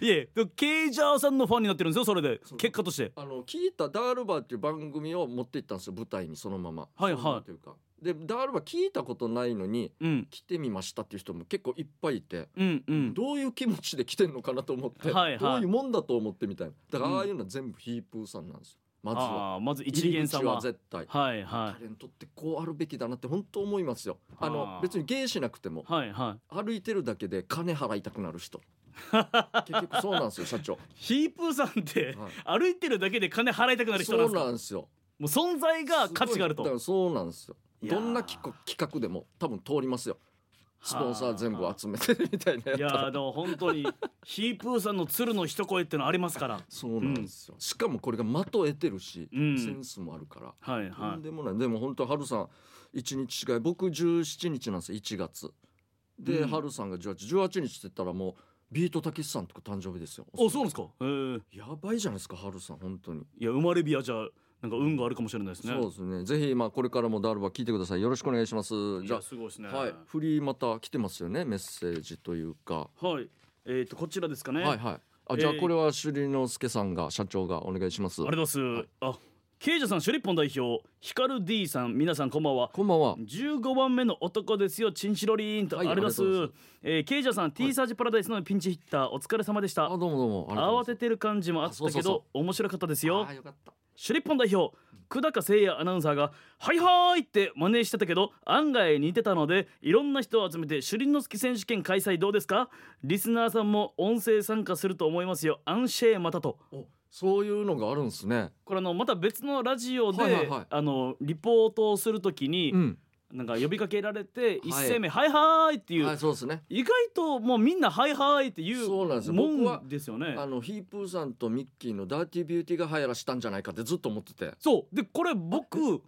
Speaker 2: いえでもケージャーさんのファンになってるんですよそれで
Speaker 1: そう
Speaker 2: 結果として
Speaker 1: あの聞いたダールバーっていう番組を持って行ったんですよ舞台にそのまま
Speaker 2: はいはい
Speaker 1: そのままというかでダールバー聞いたことないのに
Speaker 2: うん
Speaker 1: 来てみましたっていう人も結構いっぱいいて、
Speaker 2: うんうん
Speaker 1: どういう気持ちで来てんのかなと思って、
Speaker 2: はいはい
Speaker 1: どういうもんだと思ってみたいなだから
Speaker 2: うん
Speaker 1: ああいうのは全部ヒープーさんなんですよまずは
Speaker 2: ああーまず一
Speaker 1: 入り
Speaker 2: 元
Speaker 1: 口
Speaker 2: 様
Speaker 1: は絶対、
Speaker 2: はいは
Speaker 1: タレントってこうあるべきだなって本当思いますよあの
Speaker 2: あー
Speaker 1: 別に芸しなくても
Speaker 2: いはいは
Speaker 1: 歩いてるだけで金払いたくなる人 結局そうなんですよ社長、
Speaker 2: いヒープーさんって
Speaker 1: はい
Speaker 2: 歩いてるだけで金払いたくなる人な
Speaker 1: そう
Speaker 2: んですか
Speaker 1: なんですよ
Speaker 2: もう存在が価値がある
Speaker 1: すごいだか
Speaker 2: と
Speaker 1: らそうなんですよ
Speaker 2: いやー
Speaker 1: どんな企画企画でも多分通りますよスポンサー全部集めてみたいなや
Speaker 2: い
Speaker 1: った
Speaker 2: や
Speaker 1: ら
Speaker 2: ーでも本当にヒープーさんの鶴の一声ってのありますから
Speaker 1: そうなんですよ、しかもこれが的を得てるし、
Speaker 2: うん
Speaker 1: センスもあるから
Speaker 2: はい
Speaker 1: と
Speaker 2: は
Speaker 1: んでもない、でも本当はるさん1日違い僕17日なんですよ1月で、
Speaker 2: うん
Speaker 1: はるさんが1818日って言ったらもうビートたけしさんとか誕生日ですよ
Speaker 2: いあそうなんですかえー
Speaker 1: やばいじゃないですかはるさん本当に、
Speaker 2: いや生まれ日はじゃあなんか運があるかもしれないですね
Speaker 1: そうですねぜひまあこれからもであれば聞いてくださいよろしくお願いします
Speaker 2: い
Speaker 1: じゃ
Speaker 2: やすごいですね
Speaker 1: あはいフリーまた来てますよねメッセージというか
Speaker 2: はいえっ、とこちらですかね、
Speaker 1: はいはい。あじゃあ
Speaker 2: えー
Speaker 1: これは首里之助さんが社長がお願いします。
Speaker 2: ありがとうございます、あケイジャさんシュリッポン代表ヒカル D さん皆さんこんばんは
Speaker 1: こんばんは。
Speaker 2: 15番目の男ですよチンシロリーンと、
Speaker 1: はい
Speaker 2: あります
Speaker 1: ありがとうござい
Speaker 2: えーケイジャさん T サージパラダイスのピンチヒッターお疲れ様でし
Speaker 1: あ
Speaker 2: た
Speaker 1: どうもどうも。ありがとうご
Speaker 2: 慌
Speaker 1: ざい
Speaker 2: ててる感じもあったけど
Speaker 1: あそうそうそ
Speaker 2: 面白かったです
Speaker 1: ます
Speaker 2: よ
Speaker 1: あーよかった。
Speaker 2: シュリッポン代表久高誠也アナウンサーが「はいはーい!」って真似してたけど案外似てたのでいろんな人を集めて「シュリンのスキ選手権開催どうですか?」リスナーさんも音声参加すると思いますよアンシェーまたと
Speaker 1: おそういうのがあるんですね。
Speaker 2: これあのまた別のラジオで、
Speaker 1: はいはいはい
Speaker 2: あのリポートをするときに、
Speaker 1: うん。
Speaker 2: なんか呼びかけられて一
Speaker 1: はい
Speaker 2: 斉目「はいはーい!」っていう、
Speaker 1: はいそうですね。
Speaker 2: 意外ともうみんな「はいはーい!」っていう
Speaker 1: そうなんですよ
Speaker 2: も
Speaker 1: 僕は
Speaker 2: んですよね
Speaker 1: あ。のヒープーさんとミッキーのダーティービューティーが流行らしたんじゃないかってずっと思ってて。は
Speaker 2: そうでこれ僕
Speaker 1: い。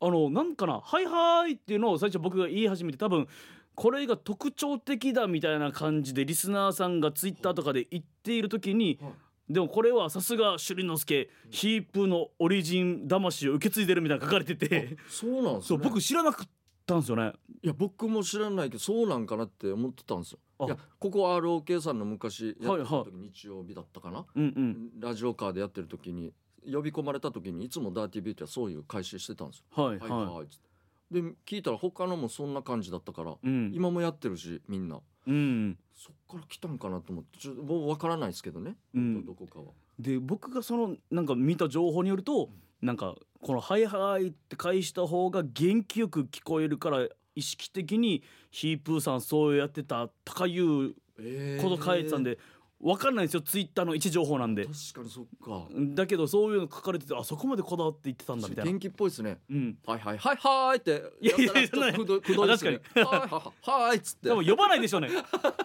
Speaker 2: あのなんかな「はいはい」っていうのを最初僕が言い始めて多分これが特徴的だみたいな感じでリスナーさんがツイッターとかで言っている時に
Speaker 1: はい
Speaker 2: でもこれはさすが首里之助ヒープのオリジン魂を受け継いでるみたいなの書かれてて
Speaker 1: あそうなんですね。
Speaker 2: そう僕知らなかったんですよね。
Speaker 1: いや僕も知らないけどそうなんかなって思ってたんですよ
Speaker 2: あ。
Speaker 1: いやここ ROK さんの昔やっ
Speaker 2: はい
Speaker 1: てた
Speaker 2: はい
Speaker 1: 時日曜日だったかな。
Speaker 2: うんうん
Speaker 1: ラジオカーでやってる時に呼び込まれた時にいつもダーティービューティーはそういう開始してたんですよ。
Speaker 2: はい
Speaker 1: はい
Speaker 2: は
Speaker 1: はいっつって、で聞いたら他のもそんな感じだったから、
Speaker 2: い。うん
Speaker 1: 今もやってるしみんな
Speaker 2: うん
Speaker 1: そっから来たんかなと思ってちょっともう分からないですけどね、
Speaker 2: うん
Speaker 1: どこかは
Speaker 2: で僕がそのなんか見た情報によるとなんかこの「はいはい」って返した方が元気よく聞こえるから意識的にヒープーさんそうやってたとかいう
Speaker 1: え
Speaker 2: こと書いてたんで分かんないんですよツイッターの位置情報なんで
Speaker 1: 確かにそっか
Speaker 2: だけどそういうの書かれててあそこまでこだわって言ってたんだみたいな
Speaker 1: 元気っぽいですね
Speaker 2: うん
Speaker 1: はいはいはいはいって
Speaker 2: いやいや
Speaker 1: やったらちょっとくどいくどいですねはいはいはいはいっつって
Speaker 2: 多分呼ばないでしょうね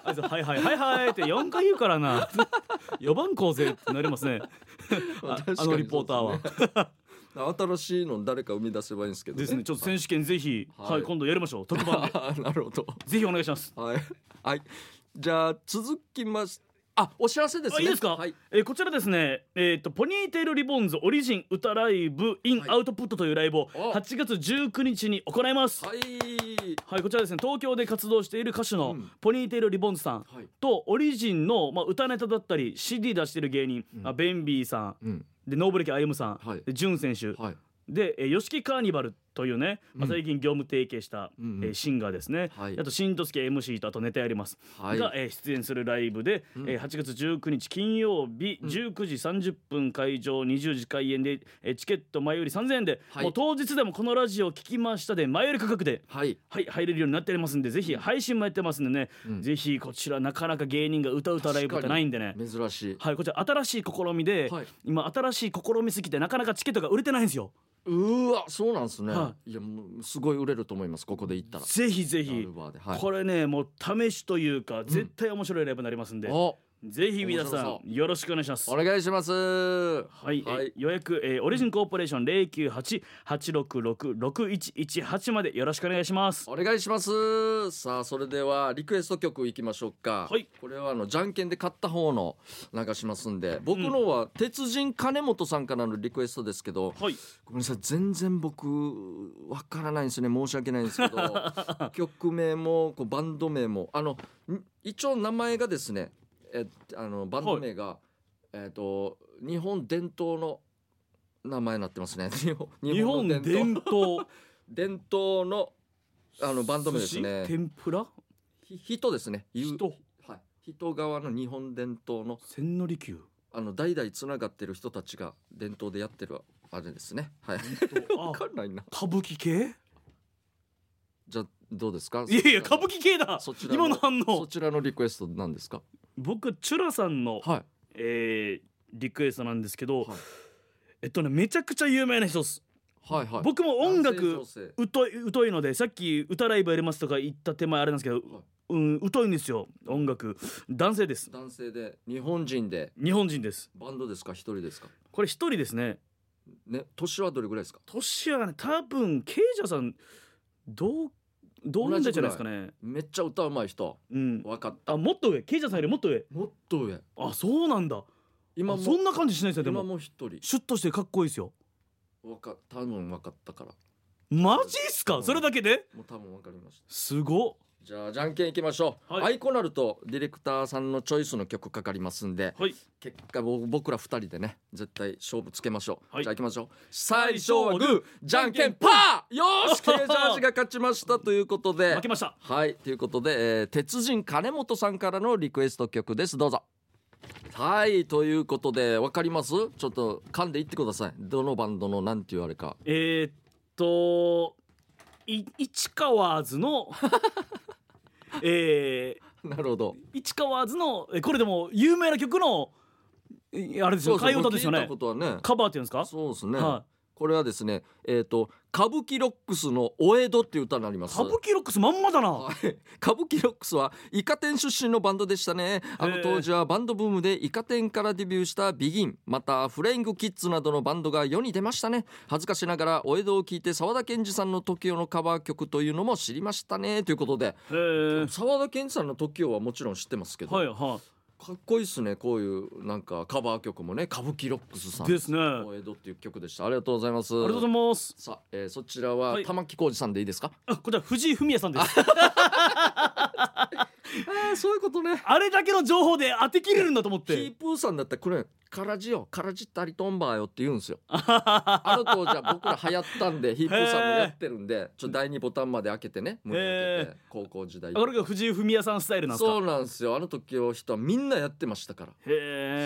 Speaker 2: あいつ「はいはいはいはい」って4回言うからな呼ばんこうぜってなりますね
Speaker 1: まあ
Speaker 2: あ
Speaker 1: 確かにそうで
Speaker 2: あ
Speaker 1: すね
Speaker 2: のリポーターは
Speaker 1: 新しいの誰か生み出せばいいんですけど、ね、
Speaker 2: ですねちょっと選手権ぜひ
Speaker 1: はい
Speaker 2: はい今度やりましょう特 番で
Speaker 1: あーなるほど
Speaker 2: ぜひお願いします
Speaker 1: はい、はい、じゃあ続きましてあお知らせですね
Speaker 2: あいいですか
Speaker 1: はい
Speaker 2: えーこちらですね、えー、とポニーテールリボンズオリジン歌ライブ in
Speaker 1: はい
Speaker 2: アウトプットというライブを
Speaker 1: お
Speaker 2: 8月19日に行います、はい
Speaker 1: はい
Speaker 2: こちらですね東京で活動している歌手
Speaker 1: う
Speaker 2: の
Speaker 1: ん
Speaker 2: ポニーテールリボンズさん
Speaker 1: はい
Speaker 2: とオリジンの、まあ、歌ネタだったり CD 出してる芸人、
Speaker 1: うん
Speaker 2: あベンビーさん
Speaker 1: うん
Speaker 2: でノーブレキ歩夢さん、
Speaker 1: はい
Speaker 2: でジュン選手、
Speaker 1: はい
Speaker 2: で、えー、吉木カーニバルというね、まあ、
Speaker 1: うん
Speaker 2: 最近業務提携した、
Speaker 1: うんうん
Speaker 2: えーシンガーですね、
Speaker 1: はい
Speaker 2: あと新十助 MC とあとネタやります、
Speaker 1: はい
Speaker 2: が、えー出演するライブで、
Speaker 1: うん
Speaker 2: えー8月19日金曜日19時30分会場20時開演で、えーチケット前より3000円で、
Speaker 1: はい
Speaker 2: もう当日でもこのラジオを聞きましたで前より価格で。
Speaker 1: はい
Speaker 2: はい入れるようになっておりますんでぜひ配信もやってますんでね、
Speaker 1: うん
Speaker 2: ぜひこちらなかなか芸人が歌う歌ライブってないんでね
Speaker 1: 珍しい
Speaker 2: はいこちら新しい試みで、
Speaker 1: はい
Speaker 2: 今新しい試みすぎてなかなかチケットが売れてないんですよ
Speaker 1: うわそうなんですね、、
Speaker 2: はい
Speaker 1: やもうすごい売れると思いますここで行ったら
Speaker 2: ぜひぜ
Speaker 1: ダ
Speaker 2: ひ
Speaker 1: ルバーで、はい、
Speaker 2: これねもう試しというか絶対面白いライブになりますんで、
Speaker 1: お
Speaker 2: ぜひ皆
Speaker 1: 面
Speaker 2: さ
Speaker 1: 白そ
Speaker 2: んよろしくお願いします
Speaker 1: お願いします
Speaker 2: はい、え
Speaker 1: はい
Speaker 2: 予約、えーオリジンコーポレーション零九八八六六六一一八までよろしくお願いします。
Speaker 1: お願いしますさあそれではリクエスト曲いきましょうか、
Speaker 2: はい
Speaker 1: これはあのじゃんけんで勝った方の流しますんで僕のは鉄人金本さんからのリクエストですけど
Speaker 2: はい、
Speaker 1: ごめんなさい全然僕わからないんですね申し訳ないんですけど 曲名もこうバンド名もあのん一応名前がですねえあのバンド名が、えっ、と日本伝統の名前になってますね 日本
Speaker 2: 日本
Speaker 1: の伝統
Speaker 2: 伝統
Speaker 1: 伝統のあのバンド名です
Speaker 2: 寿司
Speaker 1: ね
Speaker 2: 天ぷら
Speaker 1: ひ人ですねゆ
Speaker 2: 人
Speaker 1: はい人側の日本伝統の
Speaker 2: 千利休。
Speaker 1: あの代々つながってる人たちが伝統でやってるあれですねはい
Speaker 2: あ
Speaker 1: わかんないな
Speaker 2: 歌舞伎系？
Speaker 1: じゃあどうですか
Speaker 2: いやいや
Speaker 1: そちらの
Speaker 2: 歌舞伎系だ
Speaker 1: そち。らの
Speaker 2: 今の反
Speaker 1: そ
Speaker 2: 応。
Speaker 1: ちらのリクエストなんですか
Speaker 2: 僕チュラさんの、
Speaker 1: は
Speaker 2: えーリクエストなんですけど、
Speaker 1: はい
Speaker 2: えっとねめちゃくちゃ有名な人です。
Speaker 1: いはいはい
Speaker 2: 僕も音楽
Speaker 1: 男性女性
Speaker 2: 疎い疎いのでさっき歌ライブやりますとか言った手前あれなんですけど、うん疎いんですよ音楽男性です
Speaker 1: 男性で日本人で
Speaker 2: 日本人です
Speaker 1: バンドですか一人ですか
Speaker 2: これ一人ですね
Speaker 1: ね年はどれぐらいですか
Speaker 2: 年はね多分ケイジャさん同同年代じゃないですかね
Speaker 1: めっちゃ歌うまい人
Speaker 2: うん
Speaker 1: わかっ
Speaker 2: あもっと上ケイジャさんよりもっと上
Speaker 1: もっと上
Speaker 2: あそうなんだ
Speaker 1: 今
Speaker 2: あ
Speaker 1: も
Speaker 2: そんな感じしないですよで
Speaker 1: 今
Speaker 2: も
Speaker 1: も一人
Speaker 2: シュッとしてかっこいいですよ
Speaker 1: わか多分わかったから
Speaker 2: マジっすかそれだけで
Speaker 1: もう多分わかりました
Speaker 2: すごっ
Speaker 1: じゃあじゃんけんいきましょう、
Speaker 2: はい
Speaker 1: アイコナルとディレクターさんのチョイスの曲かかりますんで
Speaker 2: はい
Speaker 1: 結果僕僕ら二人でね絶対勝負つけましょう、
Speaker 2: はい
Speaker 1: じゃあいきましょう最初はグーじゃんけんパーよーしケージャージが勝ちましたということで
Speaker 2: 負けました
Speaker 1: はいということで、えー鉄人金本さんからのリクエスト曲ですどうぞはいということでわかりますちょっと噛んでいってくださいどのバンドのなんていうあれか
Speaker 2: えー、っとい市川津 のえー、
Speaker 1: なるほど
Speaker 2: 市川津のえこれでも有名な曲のえあれですよ替え歌ですよ
Speaker 1: 聞い
Speaker 2: ね
Speaker 1: たことはね
Speaker 2: カバーっていうんですか
Speaker 1: そうですね、
Speaker 2: は
Speaker 1: これはですねえっ、と歌舞伎ロックスのお江戸っていう歌になります
Speaker 2: 歌舞伎ロックスまんまだな、
Speaker 1: はい 歌舞伎ロックスはイカ天出身のバンドでしたねあ
Speaker 2: へ
Speaker 1: の
Speaker 2: ー
Speaker 1: 当時はバンドブームでイカ天からデビューしたビギンまたフライングキッズなどのバンドが世に出ましたね恥ずかしながらお江戸を聞いて沢田研二さんの TOKIO のカバー曲というのも知りましたねということで
Speaker 2: えー、
Speaker 1: 沢田研二さんの TOKIO はもちろん知ってますけど、
Speaker 2: はいは
Speaker 1: かっこいいっすねこういうなんかカバー曲もね歌舞伎ロックスさん
Speaker 2: いですねあ
Speaker 1: お江戸っていう曲でしたありがとうございます
Speaker 2: りがとうございます
Speaker 1: さあ、えーそちらは
Speaker 2: はい
Speaker 1: 玉置浩二さんでいいですか、
Speaker 2: あこちら藤井フミヤさんです
Speaker 1: えそういうことね
Speaker 2: あれだけの情報で当てきれるんだと思っ
Speaker 1: キー
Speaker 2: て
Speaker 1: プーさんだったらこれ「からじよからじったりとんばよ」って言うんです よあの当時は僕ら流行ったんでヒープーさんもやってるんでちょっと第二ボタンまで開けてね胸開けて高校時代
Speaker 2: あこれが藤井フミヤさんスタイルなんで
Speaker 1: そ
Speaker 2: すか
Speaker 1: うなんですよあの時の人はみんなやってましたから
Speaker 2: へ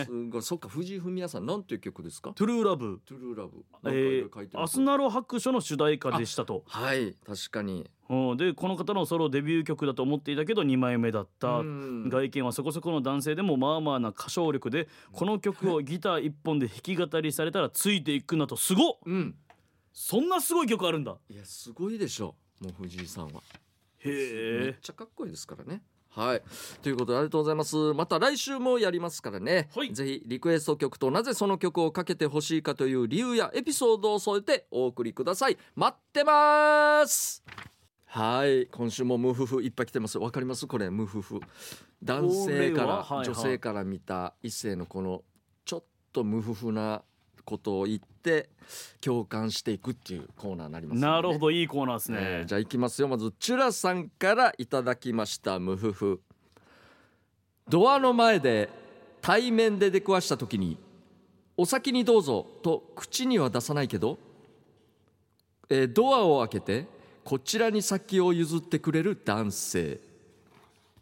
Speaker 2: え
Speaker 1: すごいそっか藤井フミヤさんなんていう曲ですか
Speaker 2: トゥルーラブ
Speaker 1: 「トゥルーラブ」なんかいろい
Speaker 2: え
Speaker 1: ろ書いて
Speaker 2: ー、ア
Speaker 1: ます、
Speaker 2: スナロ白書の主題歌でしたと、
Speaker 1: はい確かに
Speaker 2: うん、でこの方のソロデビュー曲だと思っていたけど2枚目だった、
Speaker 1: うん
Speaker 2: 外見はそこそこの男性でもまあまあな歌唱力でこの曲をギター一本で弾き語りされたらついていくなとすごっ
Speaker 1: うん
Speaker 2: そんなすごい曲あるんだ
Speaker 1: いやすごいでしょもう藤井さんはめっ
Speaker 2: へえ
Speaker 1: ちゃかっこいいですからね。はいということでありがとうございますまた来週もやりますからね、
Speaker 2: はい
Speaker 1: ぜひリクエスト曲となぜその曲をかけてほしいかという理由やエピソードを添えてお送りください待ってますはい今週もムフフいっぱい来てますわかりますこれムフフ男性か
Speaker 2: これ
Speaker 1: ら
Speaker 2: ははいはい
Speaker 1: 女性から見た異性のこのちょっとムフフなことを言って共感していくっていうコーナーになりますのでね、
Speaker 2: なるほどいいコーナーですね、
Speaker 1: えーじゃあ行きますよまずチュラさんからいただきましたムフフドアの前で対面で出くわした時に「お先にどうぞ」と口には出さないけど、えードアを開けてこちらに先を譲ってくれる男性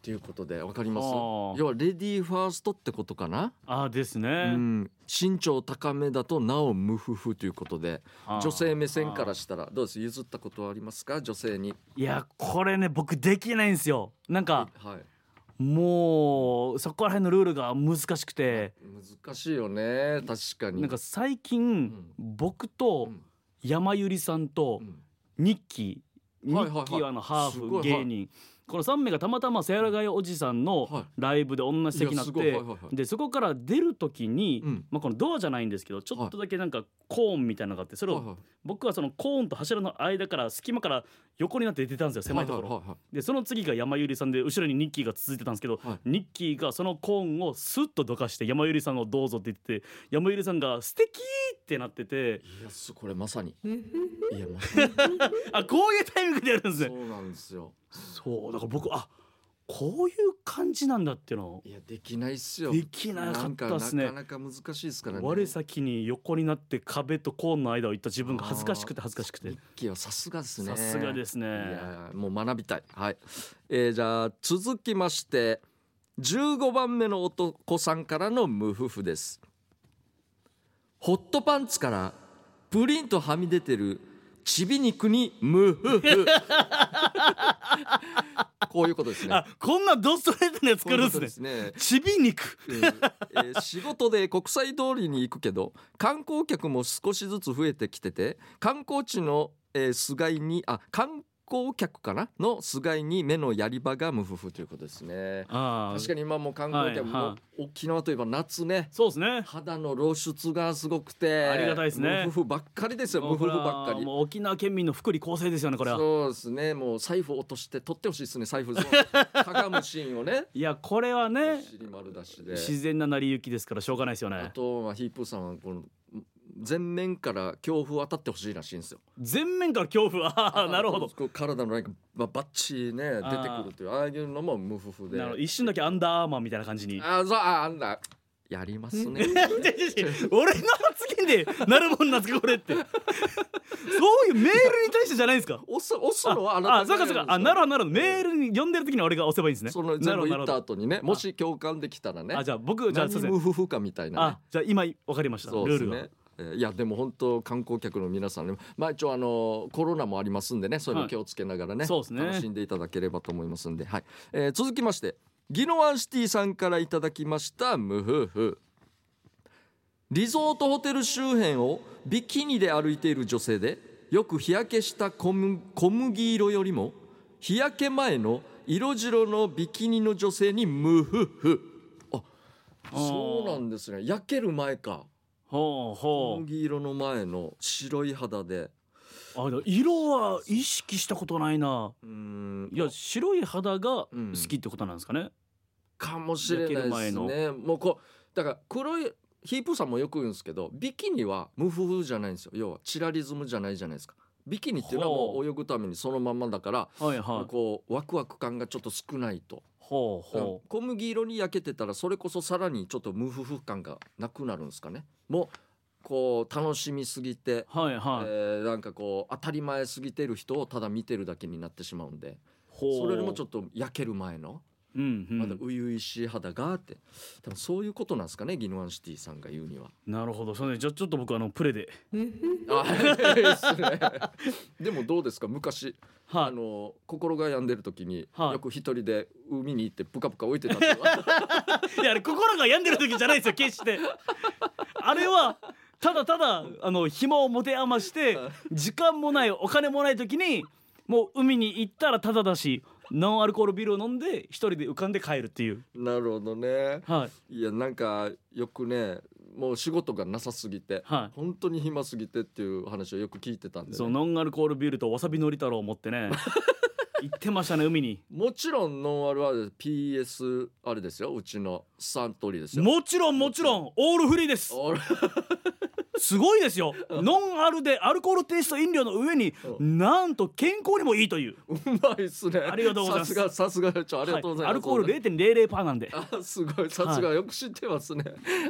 Speaker 1: ということでわかります
Speaker 2: あー
Speaker 1: 要はレディーファーストってことかな
Speaker 2: ああですね、
Speaker 1: うん、身長高めだとなお無夫婦ということで
Speaker 2: あー
Speaker 1: 女性目線からしたらどうです譲ったことはありますか女性に
Speaker 2: いやこれね僕できないんですよなんか
Speaker 1: はい
Speaker 2: もうそこら辺のルールが難しくて
Speaker 1: 難しいよね確かに
Speaker 2: なんか最
Speaker 1: ん
Speaker 2: 近僕と
Speaker 1: うん
Speaker 2: 山百合さんと
Speaker 1: うん
Speaker 2: ニッキーニ
Speaker 1: はいはいはい
Speaker 2: ッキーはあのハ
Speaker 1: す
Speaker 2: ー
Speaker 1: ごいは
Speaker 2: フ
Speaker 1: い
Speaker 2: 芸人この3名がたまたませやらがいおじさんの
Speaker 1: は
Speaker 2: ライブで同じ席になっ
Speaker 1: いやすごいはい
Speaker 2: て
Speaker 1: はいはい
Speaker 2: でそこから出る時に
Speaker 1: うん
Speaker 2: まあこのドアじゃないんですけどちょっとだけなんかコーンみたいなのがあってそれ
Speaker 1: はい
Speaker 2: を
Speaker 1: はい
Speaker 2: 僕はそのコーンと柱の間から隙間から横になって出てたんですよ狭いところ
Speaker 1: は。はは
Speaker 2: でその次が山ゆりさんで後ろにニッキーが続いてたんですけど、
Speaker 1: はい
Speaker 2: ニッキーがそのコーンをスッとどかして山ゆりさんをどうぞって言ってて山ゆりさんが「素敵ってなってて
Speaker 1: いやすこれまさにいやまさに
Speaker 2: あこういうタイミングでやるんです
Speaker 1: そ
Speaker 2: ね
Speaker 1: うなんですよ
Speaker 2: そうだから僕あこういう感じなんだっていうの
Speaker 1: いやできないっすよ
Speaker 2: できなかったっすね
Speaker 1: なんかなかなか難しいですからね
Speaker 2: 我先に横になって壁とコーンの間を行った自分が恥ずかしくて恥ずかしくて
Speaker 1: ミッキーはさすがですね
Speaker 2: さすがですね
Speaker 1: いやーもう学びたいはい、えー、じゃあ続きまして15番目の男さんからの無夫婦ですホットパンツからプリンとはみ出てるちび肉に無夫 婦こういうことですね
Speaker 2: あこんなドストレートなやつ
Speaker 1: こうい
Speaker 2: 作
Speaker 1: う
Speaker 2: るん
Speaker 1: こ
Speaker 2: で
Speaker 1: と
Speaker 2: すね
Speaker 1: ですね
Speaker 2: ちび肉
Speaker 1: えーえー仕事で国際通りに行くけど観光客も少しずつ増えてきてて観光地の、えー、すがいにあ観光客かなのすがいに目のやり場が無夫婦ということですね
Speaker 2: あ
Speaker 1: 確か
Speaker 2: に
Speaker 1: に今もう観光客
Speaker 2: はい
Speaker 1: も、
Speaker 2: は
Speaker 1: 沖縄といえば夏ね
Speaker 2: そうですね
Speaker 1: 肌の露出がすごくて
Speaker 2: ありがたいですね
Speaker 1: 無夫婦ばっかりですよ無
Speaker 2: もう
Speaker 1: 夫婦
Speaker 2: これは
Speaker 1: ばっかり
Speaker 2: もう沖縄県民の福利厚生ですよねこれは
Speaker 1: そうですねもう財布落として取ってほしいですね財布そう かがむシーンをね
Speaker 2: いやこれはね
Speaker 1: 尻丸出しで
Speaker 2: 自然な成り行きですからしょうがないですよ
Speaker 1: あ
Speaker 2: ね
Speaker 1: とはヒープーさんはこの全面から強風当たってほしいらしいんですよ。
Speaker 2: 全面から恐怖ああなるほど
Speaker 1: こう体のラインがまあバッチリね出てくるというああいうのも無夫婦で。
Speaker 2: な
Speaker 1: あ
Speaker 2: るほど一瞬だけアンダーアーマーみたいな感じに
Speaker 1: あそうああんだやります ね。
Speaker 2: 俺の発言でなるもんなんですかこれってそういうメールに対してじゃないんですか
Speaker 1: 押す押すのはあなた
Speaker 2: あそうかそうかあなるほどなるほどメールに読んでる時に俺が押せばいいんですね
Speaker 1: その
Speaker 2: な
Speaker 1: 全
Speaker 2: る
Speaker 1: 部
Speaker 2: ほどな
Speaker 1: 言っ
Speaker 2: るほ
Speaker 1: た
Speaker 2: ど
Speaker 1: 後にねもし共感できたらね。
Speaker 2: あじゃあ僕じゃあすい
Speaker 1: 何
Speaker 2: ませ
Speaker 1: 無
Speaker 2: ん
Speaker 1: 夫婦かみたいなね、
Speaker 2: あじゃあ今分かりましたル
Speaker 1: そうで
Speaker 2: ー
Speaker 1: す
Speaker 2: ル
Speaker 1: ね
Speaker 2: が。
Speaker 1: えーいやでも本当観光客の皆さんね、まあ一応あのコロナもありますんでね、そういうの気をつけながらね、
Speaker 2: はいそうですね
Speaker 1: 楽しんでいただければと思いますんで、はい。えー続きまして、ギノワンシティさんからいただきました無夫婦。リゾートホテル周辺をビキニで歩いている女性で、よく日焼けした小麦小麦色よりも日焼け前の色白のビキニの女性に無夫婦。あ、
Speaker 2: あー
Speaker 1: そうなんですね。焼ける前か。
Speaker 2: ほう
Speaker 1: 小
Speaker 2: ほ
Speaker 1: 麦色の前の白い肌で
Speaker 2: うあでも色は意識したことないな
Speaker 1: うーん
Speaker 2: いや白い肌が好
Speaker 1: うん
Speaker 2: きってことなんですかね、
Speaker 1: かもしれない
Speaker 2: 焼ける
Speaker 1: で
Speaker 2: 前
Speaker 1: す
Speaker 2: の
Speaker 1: ねもうこうだから黒いヒープーさんもよく言うんですけどビキニは無夫婦じゃないんですよ要はチラリズムじゃないじゃないですかビキニっていうのは
Speaker 2: ほう
Speaker 1: もう泳ぐためにそのまんまだから
Speaker 2: はいはい
Speaker 1: こうワクワク感がちょっと少ないと
Speaker 2: ほう
Speaker 1: だから
Speaker 2: ほ
Speaker 1: 小麦色に焼けてたらそれこそさらにちょっと無夫婦感がなくなるんですかねもうこう楽しみすぎて
Speaker 2: うはいはい、
Speaker 1: えーなんかこう当たり前すぎてる人をただ見てるだけになってしまうんで
Speaker 2: ほう
Speaker 1: それよりもちょ
Speaker 2: っ
Speaker 1: っと焼ける前の
Speaker 2: と、うんうん
Speaker 1: まだ初々しい肌がって多分そういうことなんですかねギノワンシティさんが言うには。
Speaker 2: なるほどそうねじゃあちょっと僕あのプレで
Speaker 1: あいいっすねでもどうですか昔
Speaker 2: は
Speaker 1: あ
Speaker 2: い
Speaker 1: の心が病んでる時に
Speaker 2: はい
Speaker 1: よく一人で海に行ってプカプカ置いてたっていうの は
Speaker 2: いやあれ心が病んでる時じゃないですよ決してあれはただただあの暇を持て余して時間もないお金もない時にもう海に行ったらただだしノンアルコールビールを飲んで一人で浮かんで帰るっていう
Speaker 1: なるほどね
Speaker 2: はい
Speaker 1: いやなんかよくねもう仕事がなさすぎて
Speaker 2: はい
Speaker 1: 本当に暇すぎてっていう話をよく聞いてたんで、ね、
Speaker 2: そうノンアルコールビールとわさびのり太郎を持っ てね行ってましたね海に
Speaker 1: もちろんノンアルは PS あれですようちのサントリーですよ。
Speaker 2: もちろんもちろんオールフリーです
Speaker 1: あれ
Speaker 2: すごいですよノンアルでアルコールテイスト飲料の上に
Speaker 1: う
Speaker 2: なんと健康にもいいという
Speaker 1: うまいっすね。
Speaker 2: ありがとうございま
Speaker 1: さ
Speaker 2: す
Speaker 1: すがさすがちょありがとうございます。
Speaker 2: はいアルコール0.00パーなんで
Speaker 1: あすごいさすがよく知ってますね。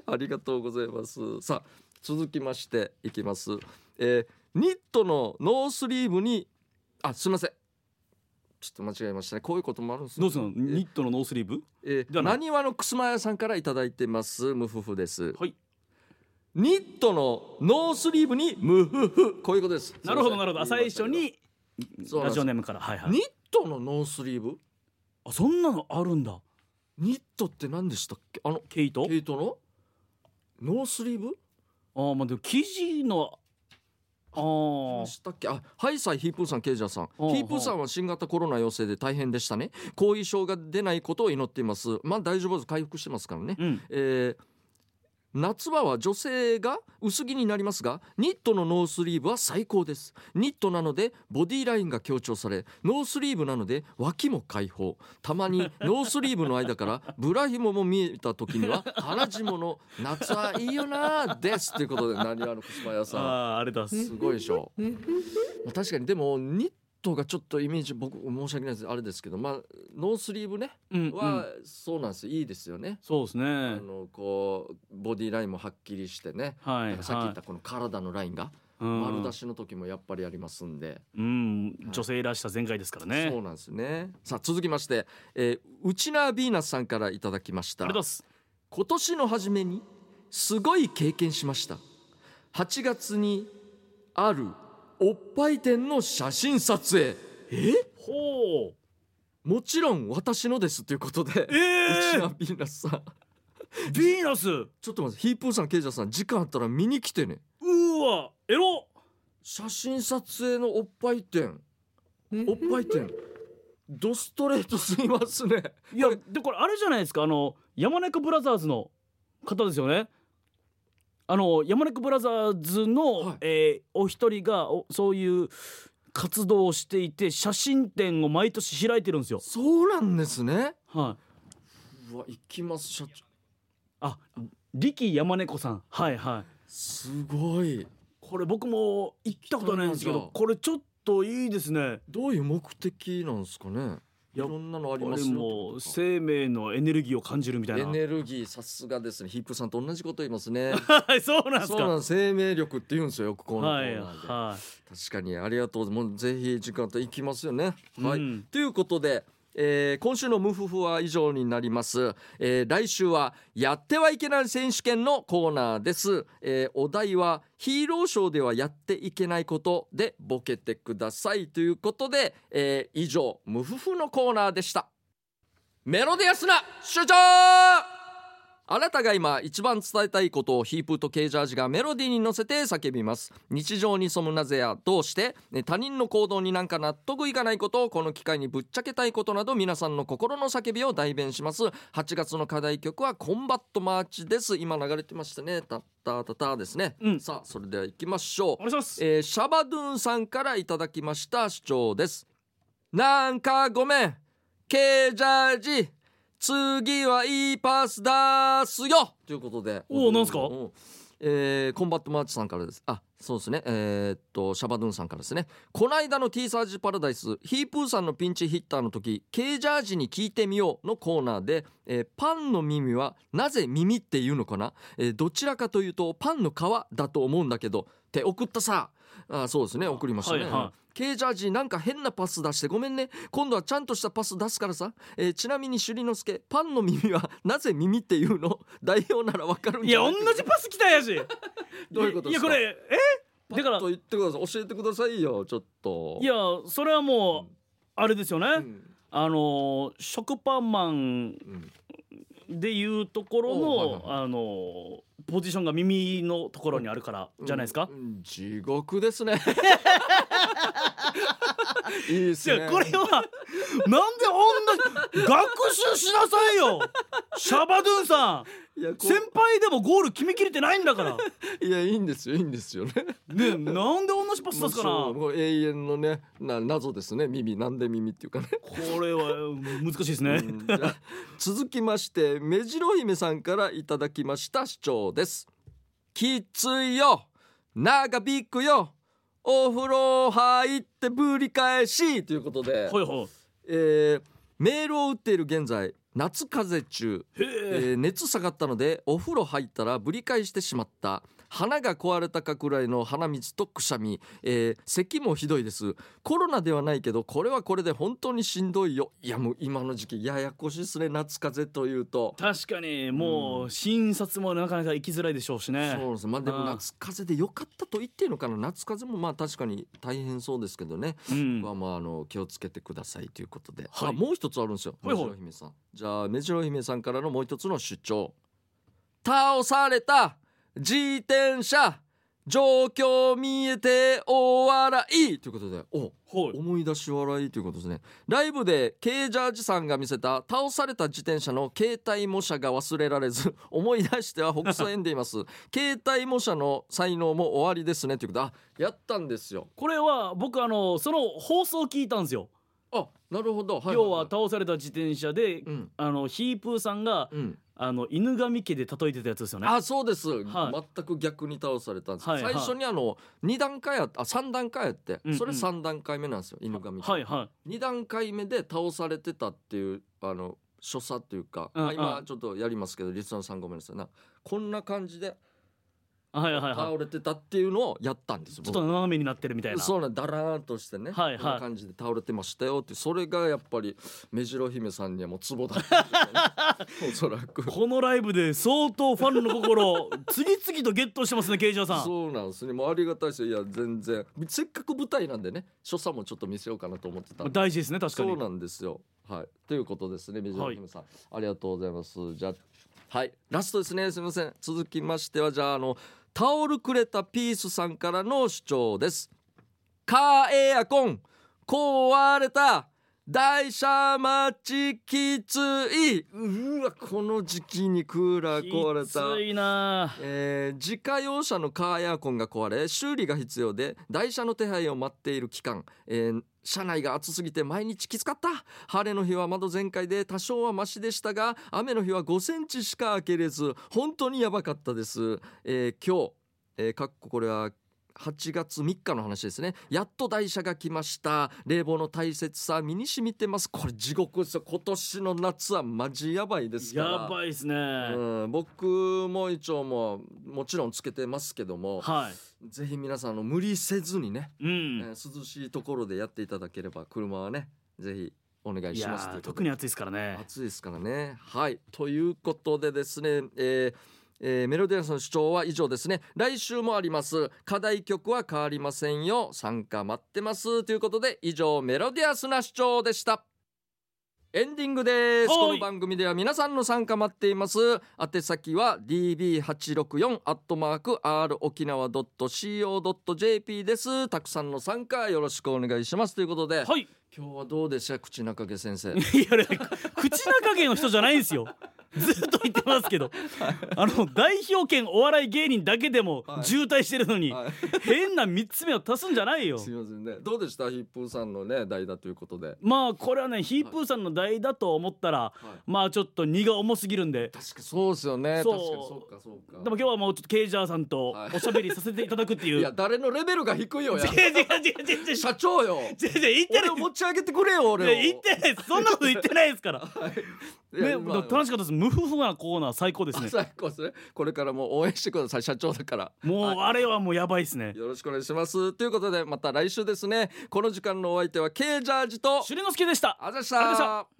Speaker 1: ありがとうございます。さあ続きましていきます。えーニットのノースリーブにあすいません。ちょっと間違えましたね。こういうこともあるんですね
Speaker 2: どうするのニットのノースリーブ
Speaker 1: え
Speaker 2: じ
Speaker 1: ー、
Speaker 2: ゃあな
Speaker 1: なにわのくすまやさんからいただいてます無夫婦です。
Speaker 2: はい
Speaker 1: ニットのノースリーブに無夫婦こういうことです。
Speaker 2: なるほどなるほど
Speaker 1: すいま
Speaker 2: 最
Speaker 1: せん
Speaker 2: 初に
Speaker 1: そうなん
Speaker 2: ラ
Speaker 1: です
Speaker 2: ジオネームからはいはい
Speaker 1: ニットのノースリーブ
Speaker 2: あそんなのあるんだ
Speaker 1: ニットって何でしたっけあの
Speaker 2: 毛糸
Speaker 1: 毛糸のノースリーブ
Speaker 2: あーまあでも生地のあー
Speaker 1: 話したっけあはいさいヒープーさんケイジャーさん
Speaker 2: おう
Speaker 1: ヒープーさんは新型コロナ陽性で大変でしたね後遺症が出ないことを祈っていますまあ大丈夫です回復してますからね、
Speaker 2: うん
Speaker 1: えー夏場は女性が薄着になりますがニットのノースリーブは最高ですニットなのでボディラインが強調されノースリーブなので脇も解放たまに ノースリーブの間からブラヒモも見えた時には鼻血もの夏はいいよなーですということで何あの小島屋
Speaker 2: あ
Speaker 1: さん
Speaker 2: ああれだ
Speaker 1: すごいでし ょ。まあ確かにでもニットがちょっとイメージ僕申し訳ないですあれですけど、まあノースリーブね
Speaker 2: うんうん
Speaker 1: はそうなんですよいいですよね。
Speaker 2: そうです
Speaker 1: あ
Speaker 2: ね
Speaker 1: のこうボディラインもはっきりしてね。
Speaker 2: は
Speaker 1: ないんかさっき言ったこの体のラインが
Speaker 2: うん
Speaker 1: 丸出しの時もやっぱりありますんで、
Speaker 2: うん女性らしさ全開ですからね
Speaker 1: そうなんですねさあ続きまして、えー、ウチナービーナスさんからいただきまし
Speaker 2: あ
Speaker 1: た
Speaker 2: りがとうございます
Speaker 1: 今年の初めにすごい経験しました8月にあるおっぱい店の写真撮影
Speaker 2: ほう
Speaker 1: もちろん私のですということで、
Speaker 2: ええ
Speaker 1: うちのビーナスさん
Speaker 2: ヴィーナスう
Speaker 1: ちょっと待ってヒープーさんケイジャーさん時間あったら見に来てね
Speaker 2: ーわエロ
Speaker 1: 写真撮影のおっぱい店おっぱい店ドストレートすぎますね
Speaker 2: いやでこれあれじゃないですかあの山猫ブラザーズの方ですよねあの山猫ブラザーズの、
Speaker 1: はい
Speaker 2: えーお一人がおそういう活動をしていて写真展を毎年開いてるんですよ
Speaker 1: そうなんですね
Speaker 2: はい
Speaker 1: うんうわ行きます社長
Speaker 2: あ力山猫さんはいはい
Speaker 1: すごい
Speaker 2: これ僕も行ったことないんですけ
Speaker 1: 行きたい
Speaker 2: ど
Speaker 1: な
Speaker 2: これちょっといいですね
Speaker 1: どういう目的なんですかねい
Speaker 2: や
Speaker 1: ろんなのあり
Speaker 2: こ
Speaker 1: ま
Speaker 2: れ
Speaker 1: すよ
Speaker 2: もう生命のエネルギーを感じるみたい
Speaker 1: エ
Speaker 2: な
Speaker 1: ネルギーさすがですねヒープーさんと同じこと言いますね
Speaker 2: はいそうなんです
Speaker 1: そう
Speaker 2: か
Speaker 1: なんです生命力って言うんですよよくこのコ
Speaker 2: は
Speaker 1: ー
Speaker 2: い
Speaker 1: ナーで、
Speaker 2: は
Speaker 1: 確かにありがとうもうぜひ時間と行きますよね、
Speaker 2: い、
Speaker 1: はい
Speaker 2: うん
Speaker 1: ということで、えー今週のムフフは以上になります、えー来週はやってはいけない選手権のコーナーです、えーお題はヒーローショーではやっていけないことでボケてくださいということで、えー以上ムフフのコーナーでしたメロディアスな主張あなたが今一番伝えたいことをヒープーとケージャージがメロディーに乗せて叫びます日常にそむなぜやどうしてね他人の行動になんか納得いかないことをこの機会にぶっちゃけたいことなど皆さんの心の叫びを代弁します8月の課題曲はコンバットマーチです今流れてましたねタッタタタですね、
Speaker 2: うん
Speaker 1: さあそれでは行きましょう
Speaker 2: お願いします
Speaker 1: えーシャバドゥンさんからいただきました主張ですなんかごめんケージャージ次はいいパスだすよということで
Speaker 2: おーなんすか
Speaker 1: うえーコンバットマーチさんからですあそうですねえーっとシャバドゥンさんからですねこないだの T サージパラダイスヒープーさんのピンチヒッターの時ケージャージに聞いてみようのコーナーで、えーパンの耳はなぜ耳っていうのかな、えーどちらかというとパンの皮だと思うんだけどって送ったさあそうですね送りましたね、
Speaker 2: はいは
Speaker 1: ケージャージなんか変なパス出してごめんね今度はちゃんとしたパス出すからさ、えーちなみに朱里之助パンの耳はなぜ耳っていうの 代表ならわかるん
Speaker 2: い
Speaker 1: じ
Speaker 2: や
Speaker 1: ゃない
Speaker 2: 同じパス来たやし
Speaker 1: どういうことですか
Speaker 2: いやこれえだか
Speaker 1: ちょ
Speaker 2: ら
Speaker 1: っと
Speaker 2: い
Speaker 1: 言ってください教えてくださいよちょっと
Speaker 2: やそれはもうあれですよね、
Speaker 1: うん
Speaker 2: あのー食パンマン
Speaker 1: うん
Speaker 2: でいうところの、
Speaker 1: おうはいは
Speaker 2: あのーポジションが耳のところにあるからじゃないですか、
Speaker 1: うん地獄です ねいいです
Speaker 2: じゃ
Speaker 1: ね
Speaker 2: あこれはなんで同じ学習しなさいよシャバドゥンさん
Speaker 1: いやこ
Speaker 2: 先輩でもゴール決めきれてないん だから
Speaker 1: いやいいんですよいいんですよね
Speaker 2: ねえなんで同じパス出すかな
Speaker 1: もうそうもう永遠のねな謎ですね耳なんで耳っていうかね
Speaker 2: これは難しいですね、
Speaker 1: うんじゃあ続きまして目白姫さんからいただきました主張ですきついよ長引くよお風呂入ってぶり返しということで、
Speaker 2: ほいほい
Speaker 1: えーメールを打っている現在夏風邪中
Speaker 2: へ
Speaker 1: え
Speaker 2: え
Speaker 1: ー熱下がったのでお風呂入ったらぶり返してしまった鼻が壊れたかくらいの鼻水とくしゃみ、えー咳もひどいですコロナではないけどこれはこれで本当にしんどいよいやもう今の時期ややこしいですね夏風邪というと、
Speaker 2: 確かにもう診察もなかなか行きづらいでしょうしね
Speaker 1: そうなんですまあでも
Speaker 2: あー
Speaker 1: 夏風邪でよかったと言っていいのかな夏風邪もまあ確かに大変そうですけどね、
Speaker 2: うん
Speaker 1: はまああの気をつけてくださいということで、
Speaker 2: はい
Speaker 1: あもう一つあるんですよ
Speaker 2: はい
Speaker 1: 目
Speaker 2: はい
Speaker 1: 白姫さんじゃあ目白姫さんからのもう一つの主張倒された自転車状況見えてお笑いということでお
Speaker 2: ほい
Speaker 1: 思い出し笑いということですねライブで K ジャージさんが見せた倒された自転車の携帯模写が忘れられず 思い出しては北斎んでいます携帯模写の才能も終わりですねということであやったんですよ
Speaker 2: これは僕あのその放送聞いたんですよ、
Speaker 1: あなるほど、いいい
Speaker 2: 要は倒された自転車で、
Speaker 1: うん
Speaker 2: あのヒープーさんが
Speaker 1: うん
Speaker 2: あの犬神家で例えてたやつですよね
Speaker 1: あそうです、
Speaker 2: は
Speaker 1: 全く逆に倒されたんです、
Speaker 2: はいはい
Speaker 1: 最初にあの2段階やあ3段階やって、
Speaker 2: うんうん
Speaker 1: それ3段階目なんですよ犬神、
Speaker 2: はいは
Speaker 1: 2段階目で倒されてたっていうあの所作というか、
Speaker 2: うん
Speaker 1: あ今
Speaker 2: うん
Speaker 1: ちょっとやりますけどリスナーさんごめんなさいなこんな感じで
Speaker 2: いはいはい
Speaker 1: 倒
Speaker 2: はい
Speaker 1: れてたっていうのをやったんです
Speaker 2: ちょっと斜めになってるみたいな
Speaker 1: そうなんだらーんとしてね、
Speaker 2: はいはい
Speaker 1: こんな感じで倒れてましたよってそれがやっぱり目白姫さんにはもうツボだったんでしょう ねおそらく
Speaker 2: このライブで相当ファンの 心を次々とゲットしてますねケイジャーさん
Speaker 1: そうなんですねもうありがたいですよいや全然せっかく舞台なんでね所作もちょっと見せようかなと思ってたんで
Speaker 2: 大事ですね確か
Speaker 1: そう
Speaker 2: に
Speaker 1: なんですよ。はい、ということですね、水野
Speaker 2: はい
Speaker 1: 姫さん、ありがとうございます。じゃあ、はい、ラストですね、すみません。続きましては、じゃあ、あの、タオルくれたピースさんからの主張です。カーエアコン、壊れた、台車待ちきつい。うわ、この時期にクーラー壊れ
Speaker 2: き
Speaker 1: た。
Speaker 2: ついな
Speaker 1: えー自家用車のカーエアコンが壊れ修理が必要で台車の手配を待っている期間、えー車内が暑すぎて毎日きつかった晴れの日は窓全開で多少はマシでしたが雨の日は5センチしか開けれず本当にやばかったです、えー今日、えーかっここれは8月3日の話ですねやっと台車が来ました冷房の大切さ身に染みてますこれ地獄ですよ今年の夏はマジやばいですから
Speaker 2: やばいですね、
Speaker 1: うん、僕も一応もうもちろんつけてますけども
Speaker 2: は
Speaker 1: ぜひ皆さんあの無理せずにね、
Speaker 2: いうん、
Speaker 1: えー涼しいところでやっていただければ車はねぜひお願い
Speaker 2: い
Speaker 1: し
Speaker 2: や
Speaker 1: ますとい
Speaker 2: ー
Speaker 1: うこと
Speaker 2: 特
Speaker 1: で
Speaker 2: に暑いですからね
Speaker 1: 暑いですからね。はいということでですね、えーえーメロディアスの主張は以上ですね来週もあります課題曲は変わりませんよ参加待ってますということで以上メロディアスな主張でしたエンディングです
Speaker 2: はい
Speaker 1: この番組では皆さんの参加待っています宛先は db864 アットマーク r 沖縄 .co.jp ですたくさんの参加よろしくお願いしますということで、
Speaker 2: はい
Speaker 1: 今日はどうでした口中毛先 生
Speaker 2: いや、ね、口中芸の人じゃないんですよ。ずっと言ってますけど、あの代表権お笑い芸人だけでも
Speaker 1: はい
Speaker 2: 渋滞してるのに、
Speaker 1: はい
Speaker 2: 変な三つ目を足すんじゃないよ。
Speaker 1: すみませんね。どうでしたヒップーさんのね代打ということで。
Speaker 2: まあこれはねヒープーさんの代だと思ったら、まあちょっと荷が重すぎるんで。
Speaker 1: 確かそうですよね。
Speaker 2: そう
Speaker 1: 確かにそうかそうか。
Speaker 2: でも今日はもうちょっとケイジャーさんと
Speaker 1: はい
Speaker 2: おしゃべりさせていただくっていう。
Speaker 1: い
Speaker 2: い
Speaker 1: や
Speaker 2: や
Speaker 1: 誰のレベルが低いよや。
Speaker 2: 違う違う違う違う違う違う
Speaker 1: 社長よ。
Speaker 2: 言って
Speaker 1: 俺を
Speaker 2: な
Speaker 1: 持ち上げてくれよ俺を。
Speaker 2: い。いや言ってないですそんなこと言ってないですから。
Speaker 1: い
Speaker 2: ね、
Speaker 1: や
Speaker 2: 楽
Speaker 1: まあ
Speaker 2: しかったです。無夫婦なコーナー最高ですね。
Speaker 1: 最高ですね。これからも応援してください社長だから。
Speaker 2: もうあれはもうやばいですね。
Speaker 1: よろしくお願いします。ということでまた来週ですね。この時間のお相手は K ジャージと
Speaker 2: シュレノスケでした。
Speaker 1: あざし
Speaker 2: あざしたた。